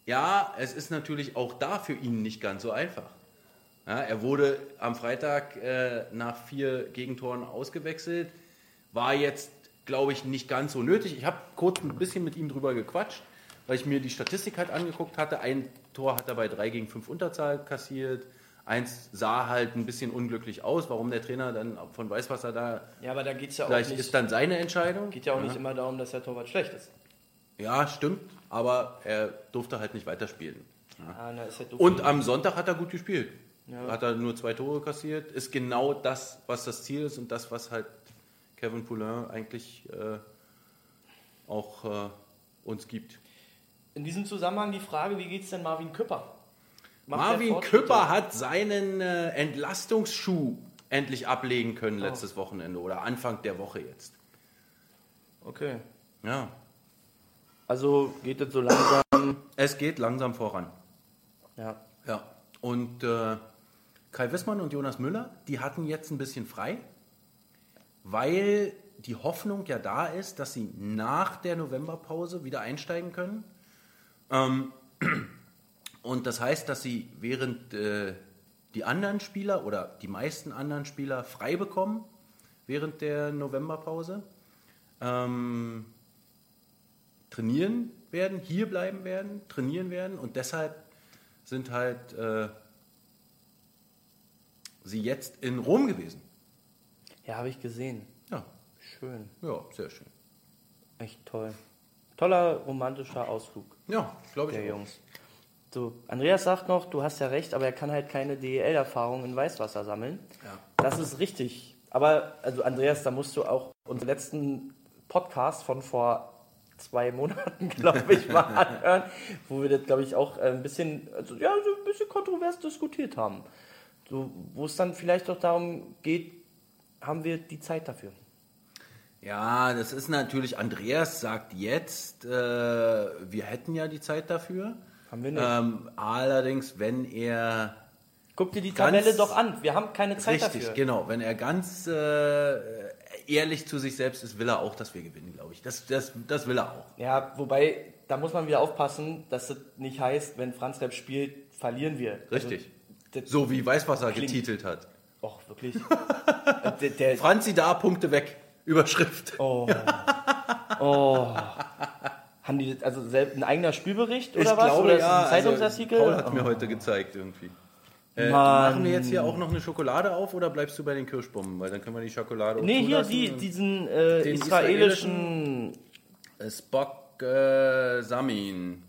[SPEAKER 4] ja, es ist natürlich auch da für ihn nicht ganz so einfach. Ja, er wurde am Freitag äh, nach vier Gegentoren ausgewechselt, war jetzt, glaube ich, nicht ganz so nötig. Ich habe kurz ein bisschen mit ihm drüber gequatscht, weil ich mir die Statistik halt angeguckt hatte. Ein Tor hat er bei 3 gegen 5 Unterzahl kassiert. Eins sah halt ein bisschen unglücklich aus, warum der Trainer dann von Weißwasser da
[SPEAKER 5] Ja, aber da geht es ja auch
[SPEAKER 4] Vielleicht
[SPEAKER 5] nicht,
[SPEAKER 4] ist dann seine Entscheidung.
[SPEAKER 5] geht ja auch nicht immer darum, dass der Torwart schlecht ist.
[SPEAKER 4] Ja, stimmt, aber er durfte halt nicht weiterspielen.
[SPEAKER 5] Ah, na, ist ja doof.
[SPEAKER 4] Und am Sonntag hat er gut gespielt. Hat er nur zwei Tore kassiert. Ist genau das, was das Ziel ist und das, was halt Kevin Poulin eigentlich äh, auch äh, uns gibt.
[SPEAKER 5] In diesem Zusammenhang die Frage, wie geht's denn Marvin Küpper? Macht der
[SPEAKER 4] Marvin
[SPEAKER 5] Fortschritte?
[SPEAKER 4] Küpper hat seinen äh, Entlastungsschuh endlich ablegen können
[SPEAKER 5] Oh.
[SPEAKER 4] letztes Wochenende oder Anfang der Woche jetzt.
[SPEAKER 5] Okay.
[SPEAKER 4] Ja,
[SPEAKER 5] Also geht es so langsam.
[SPEAKER 4] es geht langsam voran.
[SPEAKER 5] ja.
[SPEAKER 4] Ja, und äh, Kai Wissmann und Jonas Müller, die hatten jetzt ein bisschen frei, weil die Hoffnung ja da ist, dass sie nach der Novemberpause wieder einsteigen können. Ähm, (clears throat) und das heißt, dass sie während äh, die anderen Spieler oder die meisten anderen Spieler frei bekommen während der Novemberpause, ähm, trainieren werden, hier bleiben werden, trainieren werden und deshalb sind halt äh, sie jetzt in Rom gewesen.
[SPEAKER 5] Ja, habe ich gesehen.
[SPEAKER 4] Ja,
[SPEAKER 5] Schön.
[SPEAKER 4] ja, sehr schön.
[SPEAKER 5] Echt toll. Toller romantischer Ausflug
[SPEAKER 4] Ja, glaube ich.
[SPEAKER 5] der
[SPEAKER 4] auch.
[SPEAKER 5] Jungs. So, Andreas sagt noch, du hast ja recht, aber er kann halt keine DEL-Erfahrung in Weißwasser sammeln.
[SPEAKER 4] Ja.
[SPEAKER 5] Das ist richtig. Aber, also Andreas, da musst du auch unseren letzten Podcast von vor zwei Monaten, (laughs) glaube ich, mal anhören, wo wir das, glaube ich, auch äh, ein bisschen, also, ja, so ein bisschen kontrovers diskutiert haben. So, wo es dann vielleicht auch darum geht, haben wir die Zeit dafür?
[SPEAKER 4] Ja, das ist natürlich, Andreas sagt jetzt, äh, wir hätten ja die Zeit dafür.
[SPEAKER 5] Haben wir nicht.
[SPEAKER 4] Ähm, allerdings, wenn er
[SPEAKER 5] Guck dir die
[SPEAKER 4] Ganz
[SPEAKER 5] Tabelle doch an. Wir haben keine Zeit
[SPEAKER 4] richtig,
[SPEAKER 5] dafür.
[SPEAKER 4] genau, wenn er ganz äh, ehrlich zu sich selbst ist, will er auch, dass wir gewinnen, glaube ich. Das, das, das will er auch.
[SPEAKER 5] Ja, wobei, da muss man wieder aufpassen, dass das nicht heißt, wenn Franz Repp spielt, verlieren wir.
[SPEAKER 4] Richtig.
[SPEAKER 5] Also, so.
[SPEAKER 4] So wie Weißwasser
[SPEAKER 5] Klingt-
[SPEAKER 4] getitelt hat.
[SPEAKER 5] Och, wirklich. Äh, der,
[SPEAKER 4] (laughs)
[SPEAKER 5] der,
[SPEAKER 4] Franzi da, Punkte weg. Überschrift.
[SPEAKER 5] oh. oh. Haben die das, also selbst ein eigener Spielbericht oder was? oder ist das ein Zeitungsartikel?
[SPEAKER 4] also
[SPEAKER 5] Oh.
[SPEAKER 4] Paul hat mir heute gezeigt irgendwie. Äh,
[SPEAKER 5] Mann.
[SPEAKER 4] machen wir jetzt hier auch noch eine Schokolade auf oder bleibst du bei den Kirschbomben? Weil dann können wir die Schokolade auch
[SPEAKER 5] nee, hier
[SPEAKER 4] zulassen
[SPEAKER 5] die,
[SPEAKER 4] und-
[SPEAKER 5] diesen äh,
[SPEAKER 4] Den
[SPEAKER 5] israelischen.
[SPEAKER 4] Äh, Spock äh, Samin.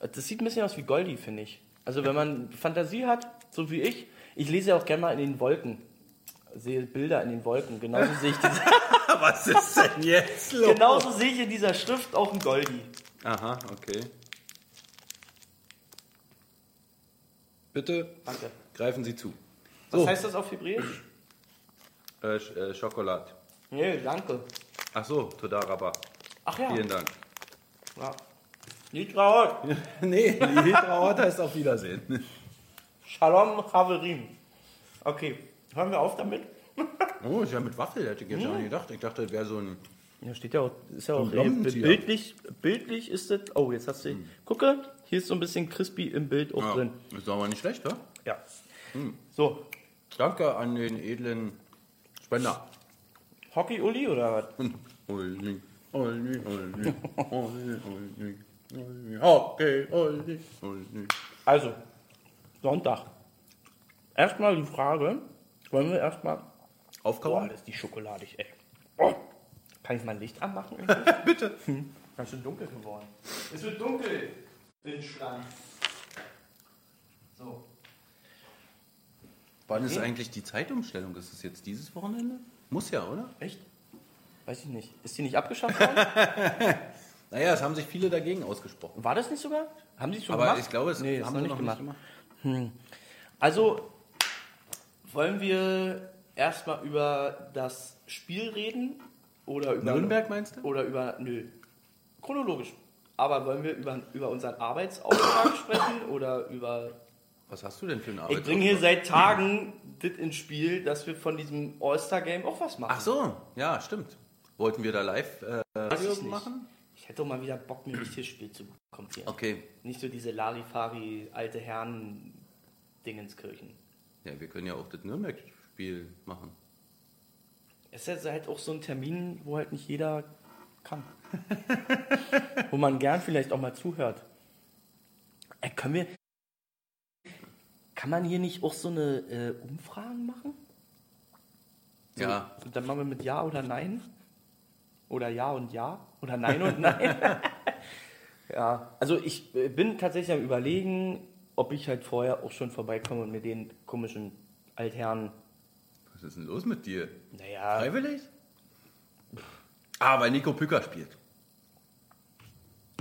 [SPEAKER 5] Das sieht ein bisschen aus wie Goldi, finde ich. Also wenn man Fantasie hat, so wie ich, ich lese ja auch gerne mal in den Wolken. Sehe Bilder in den Wolken. Genauso sehe ich, diese,
[SPEAKER 4] (laughs)
[SPEAKER 5] Ah,
[SPEAKER 4] Was ist denn jetzt los?
[SPEAKER 5] (laughs) genauso sehe ich in dieser Schrift auch einen Goldi.
[SPEAKER 4] Genau. Aha, okay. Bitte
[SPEAKER 5] Danke.
[SPEAKER 4] greifen Sie zu.
[SPEAKER 5] Was
[SPEAKER 4] So.
[SPEAKER 5] heißt das auf Hebräisch?
[SPEAKER 4] Äh, Sch äh, Schokolade.
[SPEAKER 5] Nee, danke.
[SPEAKER 4] Ach so, Toda Rabba.
[SPEAKER 5] Ach ja.
[SPEAKER 4] Vielen Dank.
[SPEAKER 5] ja. Nicht traurig.
[SPEAKER 4] nee, (laughs) die Hitraorta ist auf Wiedersehen.
[SPEAKER 5] Shalom Haverim. Okay, hören wir auf damit?
[SPEAKER 4] Oh, ist ja mit Waffel, hätte ich jetzt gar nicht gedacht. Ich dachte, das wäre so ein
[SPEAKER 5] Ja, steht ja auch, ist ja auch
[SPEAKER 4] Ein Blommenzieher.
[SPEAKER 5] bildlich, bildlich ist das. Oh, jetzt hast du. Gucke, hier ist so ein bisschen crispy im Bild auch drin.
[SPEAKER 4] Ist aber nicht schlecht, oder?
[SPEAKER 5] Ja. So,
[SPEAKER 4] Danke an den edlen Spender.
[SPEAKER 5] Hockey Uli oder was?
[SPEAKER 4] (laughs) Olli, Olli, Olli, Olli, Olli, Olli, (laughs) okay, Olli, Olli.
[SPEAKER 5] Also, Sonntag. Erstmal die Frage, wollen wir erstmal. Boah,
[SPEAKER 4] Aufkauen?
[SPEAKER 5] ist die schokoladig, ey. Hm. Oh. Kann ich mein Licht (laughs) anmachen? Bitte. Ganz schön dunkel geworden. Es wird dunkel. Windschrank. So.
[SPEAKER 4] Wann ist eigentlich die Zeitumstellung? Ist es jetzt dieses Wochenende? Muss ja, oder?
[SPEAKER 5] Echt? Weiß ich nicht. Ist die nicht abgeschafft (laughs) worden?
[SPEAKER 4] Naja, es haben sich viele dagegen ausgesprochen.
[SPEAKER 5] War das nicht sogar? Haben die es schon
[SPEAKER 4] Aber
[SPEAKER 5] gemacht?
[SPEAKER 4] ich glaube, es
[SPEAKER 5] nee,
[SPEAKER 4] haben
[SPEAKER 5] haben
[SPEAKER 4] sie
[SPEAKER 5] noch nicht
[SPEAKER 4] noch
[SPEAKER 5] gemacht.
[SPEAKER 4] nicht gemacht.
[SPEAKER 5] Also wollen wir erstmal über das Spiel reden oder über
[SPEAKER 4] Nürnberg meinst du?
[SPEAKER 5] Oder über nö. Chronologisch. Aber wollen wir über, über unseren Arbeitsauftrag sprechen oder über
[SPEAKER 4] Was hast du denn für eine Arbeit?
[SPEAKER 5] Ich bringe hier seit Tagen das ins Spiel, dass wir von diesem All-Star-Game auch was machen.
[SPEAKER 4] Ach so, ja, stimmt. Wollten wir da live äh,
[SPEAKER 5] Weiß ich
[SPEAKER 4] Radio
[SPEAKER 5] nicht.
[SPEAKER 4] machen?
[SPEAKER 5] Ich hätte doch mal wieder Bock, mir ein richtiges Spiel zu kommentieren.
[SPEAKER 4] Okay.
[SPEAKER 5] Nicht so diese Larifari, alte Herren Dingenskirchen.
[SPEAKER 4] Ja, wir können ja auch das Nürnberg-Spiel machen.
[SPEAKER 5] Es ist halt auch so ein Termin, wo halt nicht jeder (laughs) kann. wo man gern vielleicht auch mal zuhört. Äh, können wir. Kann man hier nicht auch so eine äh, Umfragen machen?
[SPEAKER 4] Ja.
[SPEAKER 5] Und dann machen wir mit Ja oder Nein. Oder Ja und Ja. Oder Nein und Nein. (laughs) ja, also ich äh, bin tatsächlich am Überlegen, ob ich halt vorher auch schon vorbeikomme und mir den komischen Altherren.
[SPEAKER 4] Was ist denn los mit dir?
[SPEAKER 5] Naja.
[SPEAKER 4] Freiwillig? Ah, weil Nico Pücker spielt.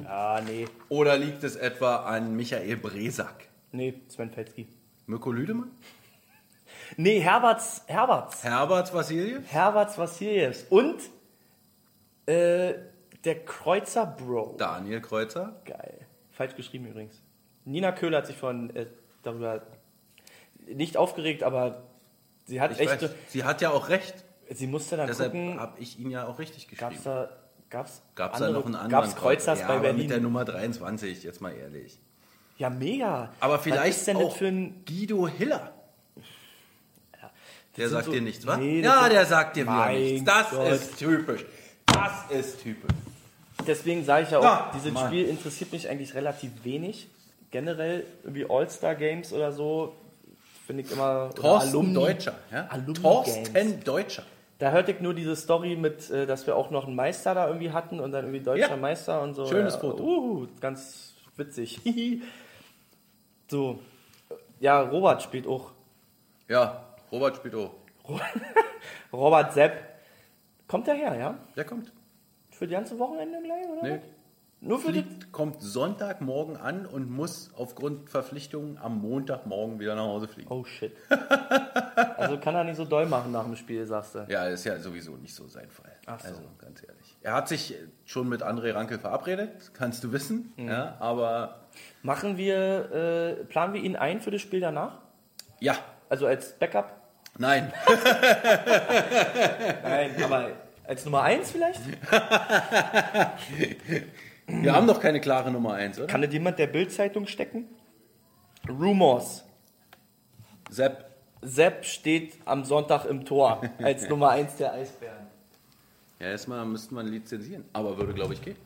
[SPEAKER 5] Ja, nee.
[SPEAKER 4] Oder liegt es etwa an Michael Bresak?
[SPEAKER 5] Nee, Sven Felski.
[SPEAKER 4] Mirko Lüdemann?
[SPEAKER 5] Nee, Herberts. Herberts.
[SPEAKER 4] Herbert Vassiljev?
[SPEAKER 5] Herberts Vassilievs. Und äh, der Kreuzer Bro.
[SPEAKER 4] Daniel Kreuzer?
[SPEAKER 5] Geil. Falsch geschrieben übrigens. Nina Köhler hat sich von äh, darüber nicht aufgeregt, aber sie hat
[SPEAKER 4] Ich
[SPEAKER 5] echt.
[SPEAKER 4] weiß, sie hat ja auch recht.
[SPEAKER 5] Sie musste dann
[SPEAKER 4] Deshalb
[SPEAKER 5] gucken,
[SPEAKER 4] habe ich ihn ja auch richtig
[SPEAKER 5] gab es
[SPEAKER 4] geschrieben.
[SPEAKER 5] da. Gab's,
[SPEAKER 4] Gab es da
[SPEAKER 5] andere-
[SPEAKER 4] noch einen anderen?
[SPEAKER 5] Gab's Kreuzers
[SPEAKER 4] ja,
[SPEAKER 5] bei
[SPEAKER 4] aber mit der
[SPEAKER 5] Berlin?
[SPEAKER 4] Nummer 23, jetzt mal ehrlich.
[SPEAKER 5] Ja, mega.
[SPEAKER 4] Aber
[SPEAKER 5] Was ist
[SPEAKER 4] vielleicht
[SPEAKER 5] denn
[SPEAKER 4] auch
[SPEAKER 5] das für ein.
[SPEAKER 4] Guido Hiller. Der
[SPEAKER 5] sind
[SPEAKER 4] sagt
[SPEAKER 5] so-
[SPEAKER 4] dir nichts, wa?
[SPEAKER 5] Nee, das
[SPEAKER 4] ja,
[SPEAKER 5] sind-
[SPEAKER 4] der sagt dir wieder
[SPEAKER 5] Mein
[SPEAKER 4] nichts. Das
[SPEAKER 5] Gott.
[SPEAKER 4] ist typisch. Das ist typisch.
[SPEAKER 5] Deswegen sage ich ja auch,
[SPEAKER 4] Ja,
[SPEAKER 5] dieses
[SPEAKER 4] Mann.
[SPEAKER 5] Spiel interessiert mich eigentlich relativ wenig. Generell, irgendwie All-Star-Games oder so, finde ich immer. oder
[SPEAKER 4] Thorsten
[SPEAKER 5] Alumni-
[SPEAKER 4] Deutscher. Ja?
[SPEAKER 5] Alumni Games.
[SPEAKER 4] Thorsten Deutscher.
[SPEAKER 5] Da hörte ich nur diese Story mit, äh, dass wir auch noch einen Meister da irgendwie hatten und dann irgendwie deutscher
[SPEAKER 4] Ja.
[SPEAKER 5] Meister und so.
[SPEAKER 4] Schönes
[SPEAKER 5] ja.
[SPEAKER 4] Foto.
[SPEAKER 5] Uhu, ganz witzig. (laughs) so. Ja, Robert spielt auch.
[SPEAKER 4] Ja, Robert spielt auch.
[SPEAKER 5] Robert Sepp. Kommt er her, ja?
[SPEAKER 4] Der kommt.
[SPEAKER 5] Für die ganze Wochenende gleich, oder?
[SPEAKER 4] Nee.
[SPEAKER 5] was? Nur für die.
[SPEAKER 4] Fliegt, kommt Sonntagmorgen an und muss aufgrund Verpflichtungen am Montagmorgen wieder nach Hause fliegen.
[SPEAKER 5] Oh shit. Also kann er nicht so doll machen nach dem Spiel, sagst du.
[SPEAKER 4] Ja, ist ja sowieso nicht so sein Fall.
[SPEAKER 5] Ach so.
[SPEAKER 4] Also ganz ehrlich. Er hat sich schon mit André Ranke verabredet, kannst du wissen.
[SPEAKER 5] Mhm.
[SPEAKER 4] Ja, aber
[SPEAKER 5] Machen wir, äh, planen wir ihn ein für das Spiel danach?
[SPEAKER 4] ja,
[SPEAKER 5] Also als Backup?
[SPEAKER 4] nein.
[SPEAKER 5] Nein, aber als Nummer 1 vielleicht?
[SPEAKER 4] Wir haben doch keine klare Nummer 1, oder?
[SPEAKER 5] Kann das jemand der Bildzeitung stecken? Rumors.
[SPEAKER 4] Sepp.
[SPEAKER 5] Sepp steht am Sonntag im Tor als Nummer 1 der Eisbären.
[SPEAKER 4] Ja, erstmal müssten wir ihn lizenzieren. Aber würde, glaube ich, gehen.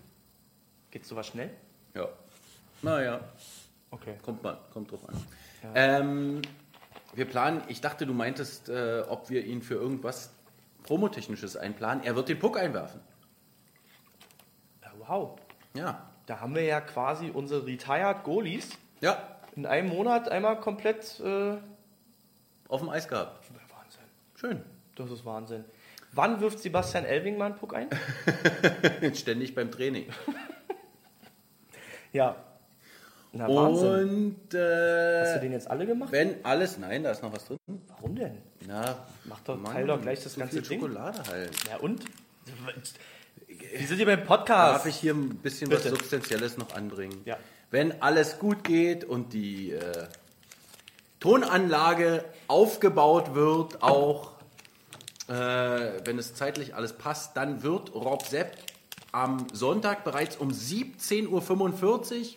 [SPEAKER 5] Geht sowas schnell?
[SPEAKER 4] Ja. Naja,
[SPEAKER 5] Okay.
[SPEAKER 4] kommt mal, kommt drauf an. Ähm, wir planen, ich dachte, du meintest, äh, ob wir ihn für irgendwas Promotechnisches einplanen. Er wird den Puck einwerfen.
[SPEAKER 5] Ja, wow.
[SPEAKER 4] Ja.
[SPEAKER 5] Da haben wir ja quasi unsere Retired Goalies
[SPEAKER 4] Ja,
[SPEAKER 5] in einem Monat einmal komplett. Äh,
[SPEAKER 4] auf dem Eis gehabt.
[SPEAKER 5] Wahnsinn.
[SPEAKER 4] Schön.
[SPEAKER 5] Das ist Wahnsinn. Wann wirft Sebastian Elving mal einen Puck ein?
[SPEAKER 4] Ständig beim Training.
[SPEAKER 5] ja. Na, Wahnsinn.
[SPEAKER 4] Und
[SPEAKER 5] Hast du
[SPEAKER 4] äh,
[SPEAKER 5] den jetzt alle gemacht?
[SPEAKER 4] wenn alles, nein, da ist noch was drin.
[SPEAKER 5] Warum denn?
[SPEAKER 4] Na,
[SPEAKER 5] Mach doch- teil doch gleich das
[SPEAKER 4] so
[SPEAKER 5] ganze
[SPEAKER 4] viel
[SPEAKER 5] Ding.
[SPEAKER 4] Schokolade halt.
[SPEAKER 5] Ja, und? Wir sind hier beim
[SPEAKER 4] Darf
[SPEAKER 5] Podcast.
[SPEAKER 4] ich hier ein bisschen
[SPEAKER 5] Bitte.
[SPEAKER 4] was Substanzielles noch anbringen?
[SPEAKER 5] Ja.
[SPEAKER 4] Wenn alles gut geht und die äh, Tonanlage aufgebaut wird, auch äh, wenn es zeitlich alles passt, dann wird Rob Sepp am Sonntag bereits um 17.45 Uhr,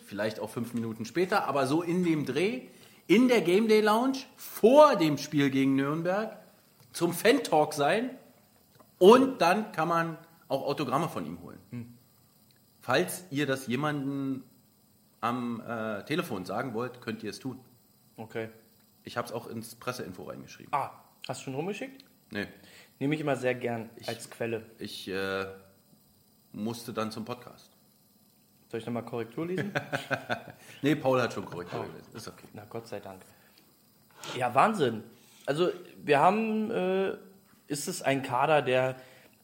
[SPEAKER 4] vielleicht auch fünf Minuten später, aber so in dem Dreh, in der Game Day Lounge vor dem Spiel gegen Nürnberg zum Fan Talk sein und dann kann man auch Autogramme von ihm holen. Falls ihr das jemanden am äh, Telefon sagen wollt, könnt ihr es tun.
[SPEAKER 5] Okay.
[SPEAKER 4] Ich habe es auch ins Presseinfo reingeschrieben.
[SPEAKER 5] Ah, hast du schon rumgeschickt?
[SPEAKER 4] Nee,
[SPEAKER 5] Nehme ich immer sehr gern als Quelle.
[SPEAKER 4] ich äh, musste dann zum Podcast.
[SPEAKER 5] Soll ich nochmal Korrektur (laughs) lesen?
[SPEAKER 4] Nee, Paul hat schon korrekt gelesen. Ist okay.
[SPEAKER 5] Na Gott sei Dank. Ja, Wahnsinn. Also wir haben, äh, ist es ein Kader, der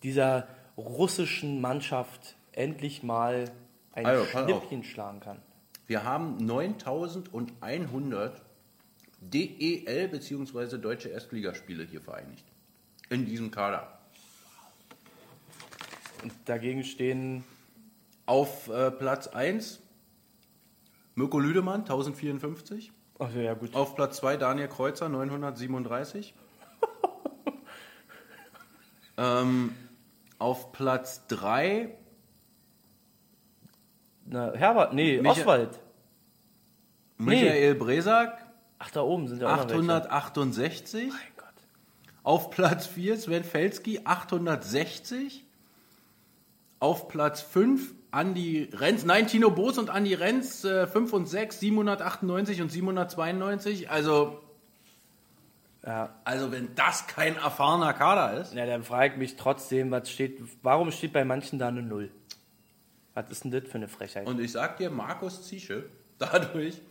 [SPEAKER 5] dieser russischen Mannschaft endlich mal ein
[SPEAKER 4] Also, pass auf.
[SPEAKER 5] Schnippchen schlagen kann.
[SPEAKER 4] Wir haben 9100 DEL bzw. E deutsche Erstligaspiele hier vereinigt. In diesem Kader.
[SPEAKER 5] Und dagegen stehen
[SPEAKER 4] Auf äh, Platz 1 Mirko Lüdemann 1054.
[SPEAKER 5] also ja gut,
[SPEAKER 4] Auf Platz 2 Daniel Kreuzer
[SPEAKER 5] (laughs)
[SPEAKER 4] 937. ähm, auf Platz 3
[SPEAKER 5] na, Herbert, nee,
[SPEAKER 4] Micha-
[SPEAKER 5] Oswald.
[SPEAKER 4] Michael Bresak
[SPEAKER 5] Ach, da oben sind ja auch noch welche.
[SPEAKER 4] 868.
[SPEAKER 5] Mein Gott.
[SPEAKER 4] Auf Platz 4 Sven Felski 860. Auf Platz 5 Andi Renz, nein, Tino Boos und Andi Renz äh, 5 und 6, 798 und 792. Also,
[SPEAKER 5] Ja.
[SPEAKER 4] also wenn das kein erfahrener Kader ist.
[SPEAKER 5] Na, dann frage ich mich trotzdem, was steht, warum steht bei manchen da eine Null? Was ist denn das für eine Frechheit?
[SPEAKER 4] Und ich sag dir, Markus Ziesche, (laughs) dadurch,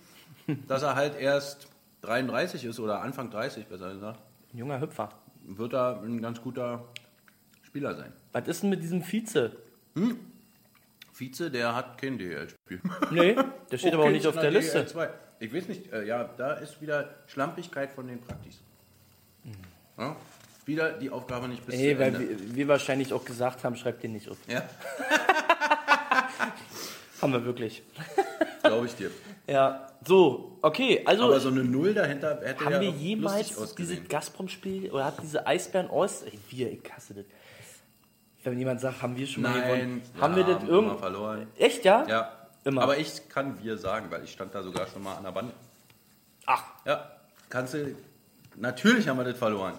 [SPEAKER 4] dass er halt erst 33 ist oder Anfang 30, besser gesagt,
[SPEAKER 5] Ein junger Hüpfer.
[SPEAKER 4] wird er ein ganz guter Spieler sein.
[SPEAKER 5] Was ist denn mit diesem Vize?
[SPEAKER 4] Vize, der hat kein DL-Spiel.
[SPEAKER 5] Nee, der (laughs) steht aber auch nicht auf der Liste.
[SPEAKER 4] DL2. Ich weiß nicht, äh, ja, da ist wieder Schlampigkeit von den Praktis. Ja, wieder die Aufgabe nicht bis
[SPEAKER 5] Nee,
[SPEAKER 4] zu
[SPEAKER 5] Mhm. weil
[SPEAKER 4] Ende.
[SPEAKER 5] wir, wir wahrscheinlich auch gesagt haben, schreibt den nicht auf.
[SPEAKER 4] ja,
[SPEAKER 5] Haben wir wirklich.
[SPEAKER 4] glaube ich dir.
[SPEAKER 5] Ja, (laughs) so, okay, also
[SPEAKER 4] Aber so eine Null dahinter hätte
[SPEAKER 5] haben
[SPEAKER 4] ja
[SPEAKER 5] wir
[SPEAKER 4] noch lustig
[SPEAKER 5] jemals dieses
[SPEAKER 4] ausgesehen.
[SPEAKER 5] Gazprom-Spiel oder hat diese Eisbären Ost. Ey, wir, ich hasse das. Wenn jemand sagt, haben wir schon mal
[SPEAKER 4] Nein,
[SPEAKER 5] gewonnen. haben wir das
[SPEAKER 4] irgendwann
[SPEAKER 5] irgendwann.
[SPEAKER 4] verloren?
[SPEAKER 5] Echt, ja?
[SPEAKER 4] Ja,
[SPEAKER 5] Immer.
[SPEAKER 4] aber ich kann wir sagen, weil ich stand da sogar schon mal an der Bande.
[SPEAKER 5] Ach,
[SPEAKER 4] Ja, kannst du. Natürlich haben wir das verloren,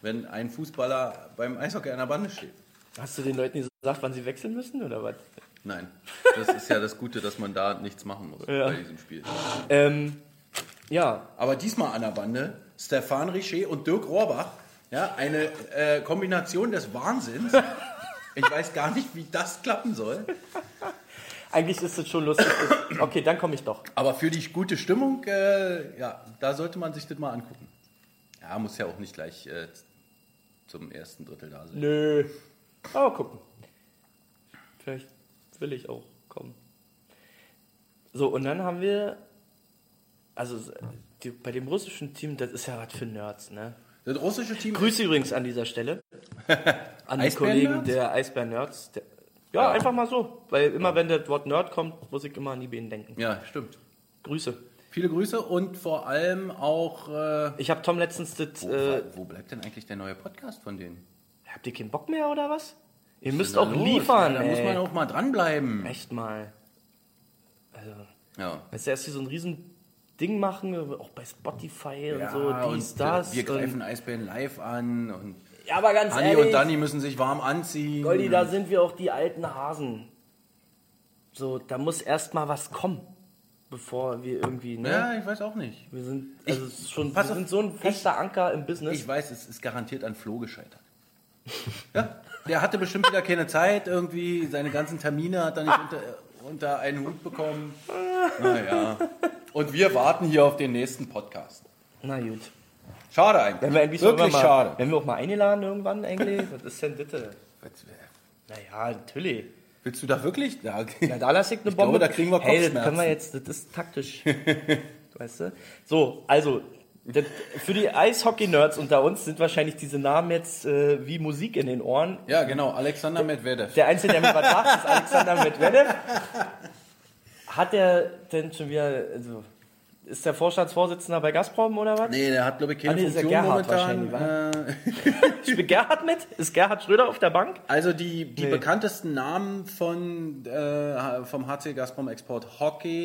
[SPEAKER 4] wenn ein Fußballer beim Eishockey an der Bande steht.
[SPEAKER 5] hast du den Leuten gesagt, wann sie wechseln müssen oder was?
[SPEAKER 4] Nein, das ist ja das Gute, dass man da nichts machen muss
[SPEAKER 5] Ja.
[SPEAKER 4] bei diesem Spiel.
[SPEAKER 5] Ähm, ja,
[SPEAKER 4] Aber diesmal an der Bande Stefan Richer und Dirk Rohrbach. Ja, eine äh, Kombination des Wahnsinns. Ich weiß gar nicht, wie das klappen soll.
[SPEAKER 5] eigentlich ist es schon lustig. okay, dann komme ich doch.
[SPEAKER 4] Aber für die gute Stimmung, äh, ja, da sollte man sich das mal angucken. Ja, muss ja auch nicht gleich äh, zum ersten Drittel da sein.
[SPEAKER 5] Nö. Aber gucken. Vielleicht will ich auch kommen. So, und dann haben wir. Also, die, bei dem russischen Team, das ist ja was für Nerds, ne?
[SPEAKER 4] Das russische Team
[SPEAKER 5] Grüße übrigens an dieser Stelle. An die
[SPEAKER 4] Eisbären-Nerds?
[SPEAKER 5] Kollegen der Eisbär-Nerds. Der- Ja, einfach mal so. Weil immer, wenn das Wort Nerd kommt, muss ich immer an die Bienen denken.
[SPEAKER 4] Ja, stimmt.
[SPEAKER 5] Grüße.
[SPEAKER 4] Viele Grüße und vor allem auch. Äh,
[SPEAKER 5] Ich habe Tom letztens das.
[SPEAKER 4] wo,
[SPEAKER 5] Äh,
[SPEAKER 4] wo bleibt denn eigentlich der neue Podcast von denen?
[SPEAKER 5] habt ihr keinen Bock mehr oder was? Ihr müsst
[SPEAKER 4] Na
[SPEAKER 5] auch
[SPEAKER 4] los,
[SPEAKER 5] liefern.
[SPEAKER 4] Da muss
[SPEAKER 5] ey.
[SPEAKER 4] man auch mal dranbleiben.
[SPEAKER 5] Echt mal. Also.
[SPEAKER 4] Ja.
[SPEAKER 5] Weißt du, erst hier so ein riesen Ding machen, auch bei Spotify und
[SPEAKER 4] Ja,
[SPEAKER 5] so, dies,
[SPEAKER 4] und, äh,
[SPEAKER 5] das.
[SPEAKER 4] Wir greifen
[SPEAKER 5] und,
[SPEAKER 4] Eisbären live an und
[SPEAKER 5] ja, aber ganz
[SPEAKER 4] Hanni
[SPEAKER 5] ehrlich,
[SPEAKER 4] und Danny müssen sich warm anziehen.
[SPEAKER 5] Goldi, da sind wir auch die alten Hasen. So, da muss erst mal was kommen, bevor wir irgendwie, ne?
[SPEAKER 4] ja, ich weiß auch nicht.
[SPEAKER 5] Wir sind, also
[SPEAKER 4] Ich-
[SPEAKER 5] es ist schon, wir
[SPEAKER 4] pass auf,
[SPEAKER 5] sind so ein fester Anker im Business.
[SPEAKER 4] Ich weiß, es ist garantiert an Flo
[SPEAKER 5] (laughs)
[SPEAKER 4] gescheitert. Ja, der hatte bestimmt wieder keine Zeit irgendwie. Seine ganzen Termine hat er nicht unter, unter einen Hut bekommen. Naja. Und wir warten hier auf den nächsten Podcast.
[SPEAKER 5] Na gut.
[SPEAKER 4] Schade eigentlich.
[SPEAKER 5] Wenn wir eigentlich sogar
[SPEAKER 4] Wirklich
[SPEAKER 5] mal,
[SPEAKER 4] schade.
[SPEAKER 5] Wenn wir auch mal eingeladen irgendwann eigentlich, (laughs) was ist denn bitte? Naja, natürlich.
[SPEAKER 4] Willst du da wirklich? Ja,
[SPEAKER 5] Na, da lasse ich eine
[SPEAKER 4] Ich glaube,
[SPEAKER 5] Bombe.
[SPEAKER 4] da kriegen wir
[SPEAKER 5] hey, das
[SPEAKER 4] Kopfschmerzen.
[SPEAKER 5] können wir jetzt, das ist taktisch. (laughs) weißt du? So, also, das, für die Eishockey-Nerds unter uns sind wahrscheinlich diese Namen jetzt äh, wie Musik in den Ohren.
[SPEAKER 4] ja, genau. Alexander Medvedev.
[SPEAKER 5] Der Einzige, der mir was sagt, ist Alexander Medvedev. Hat der denn schon wieder, also, ist der Vorstandsvorsitzender bei Gazprom oder was?
[SPEAKER 4] Nee, der hat, glaube ich, keine
[SPEAKER 5] Ah, nee, ist der
[SPEAKER 4] Funktion
[SPEAKER 5] Gerhard
[SPEAKER 4] momentan. Äh, (laughs)
[SPEAKER 5] Spielt Gerhard mit? Ist Gerhard Schröder auf der Bank?
[SPEAKER 4] also die, die
[SPEAKER 5] Nee.
[SPEAKER 4] bekanntesten Namen von, äh, vom HC Gazprom Export Hockey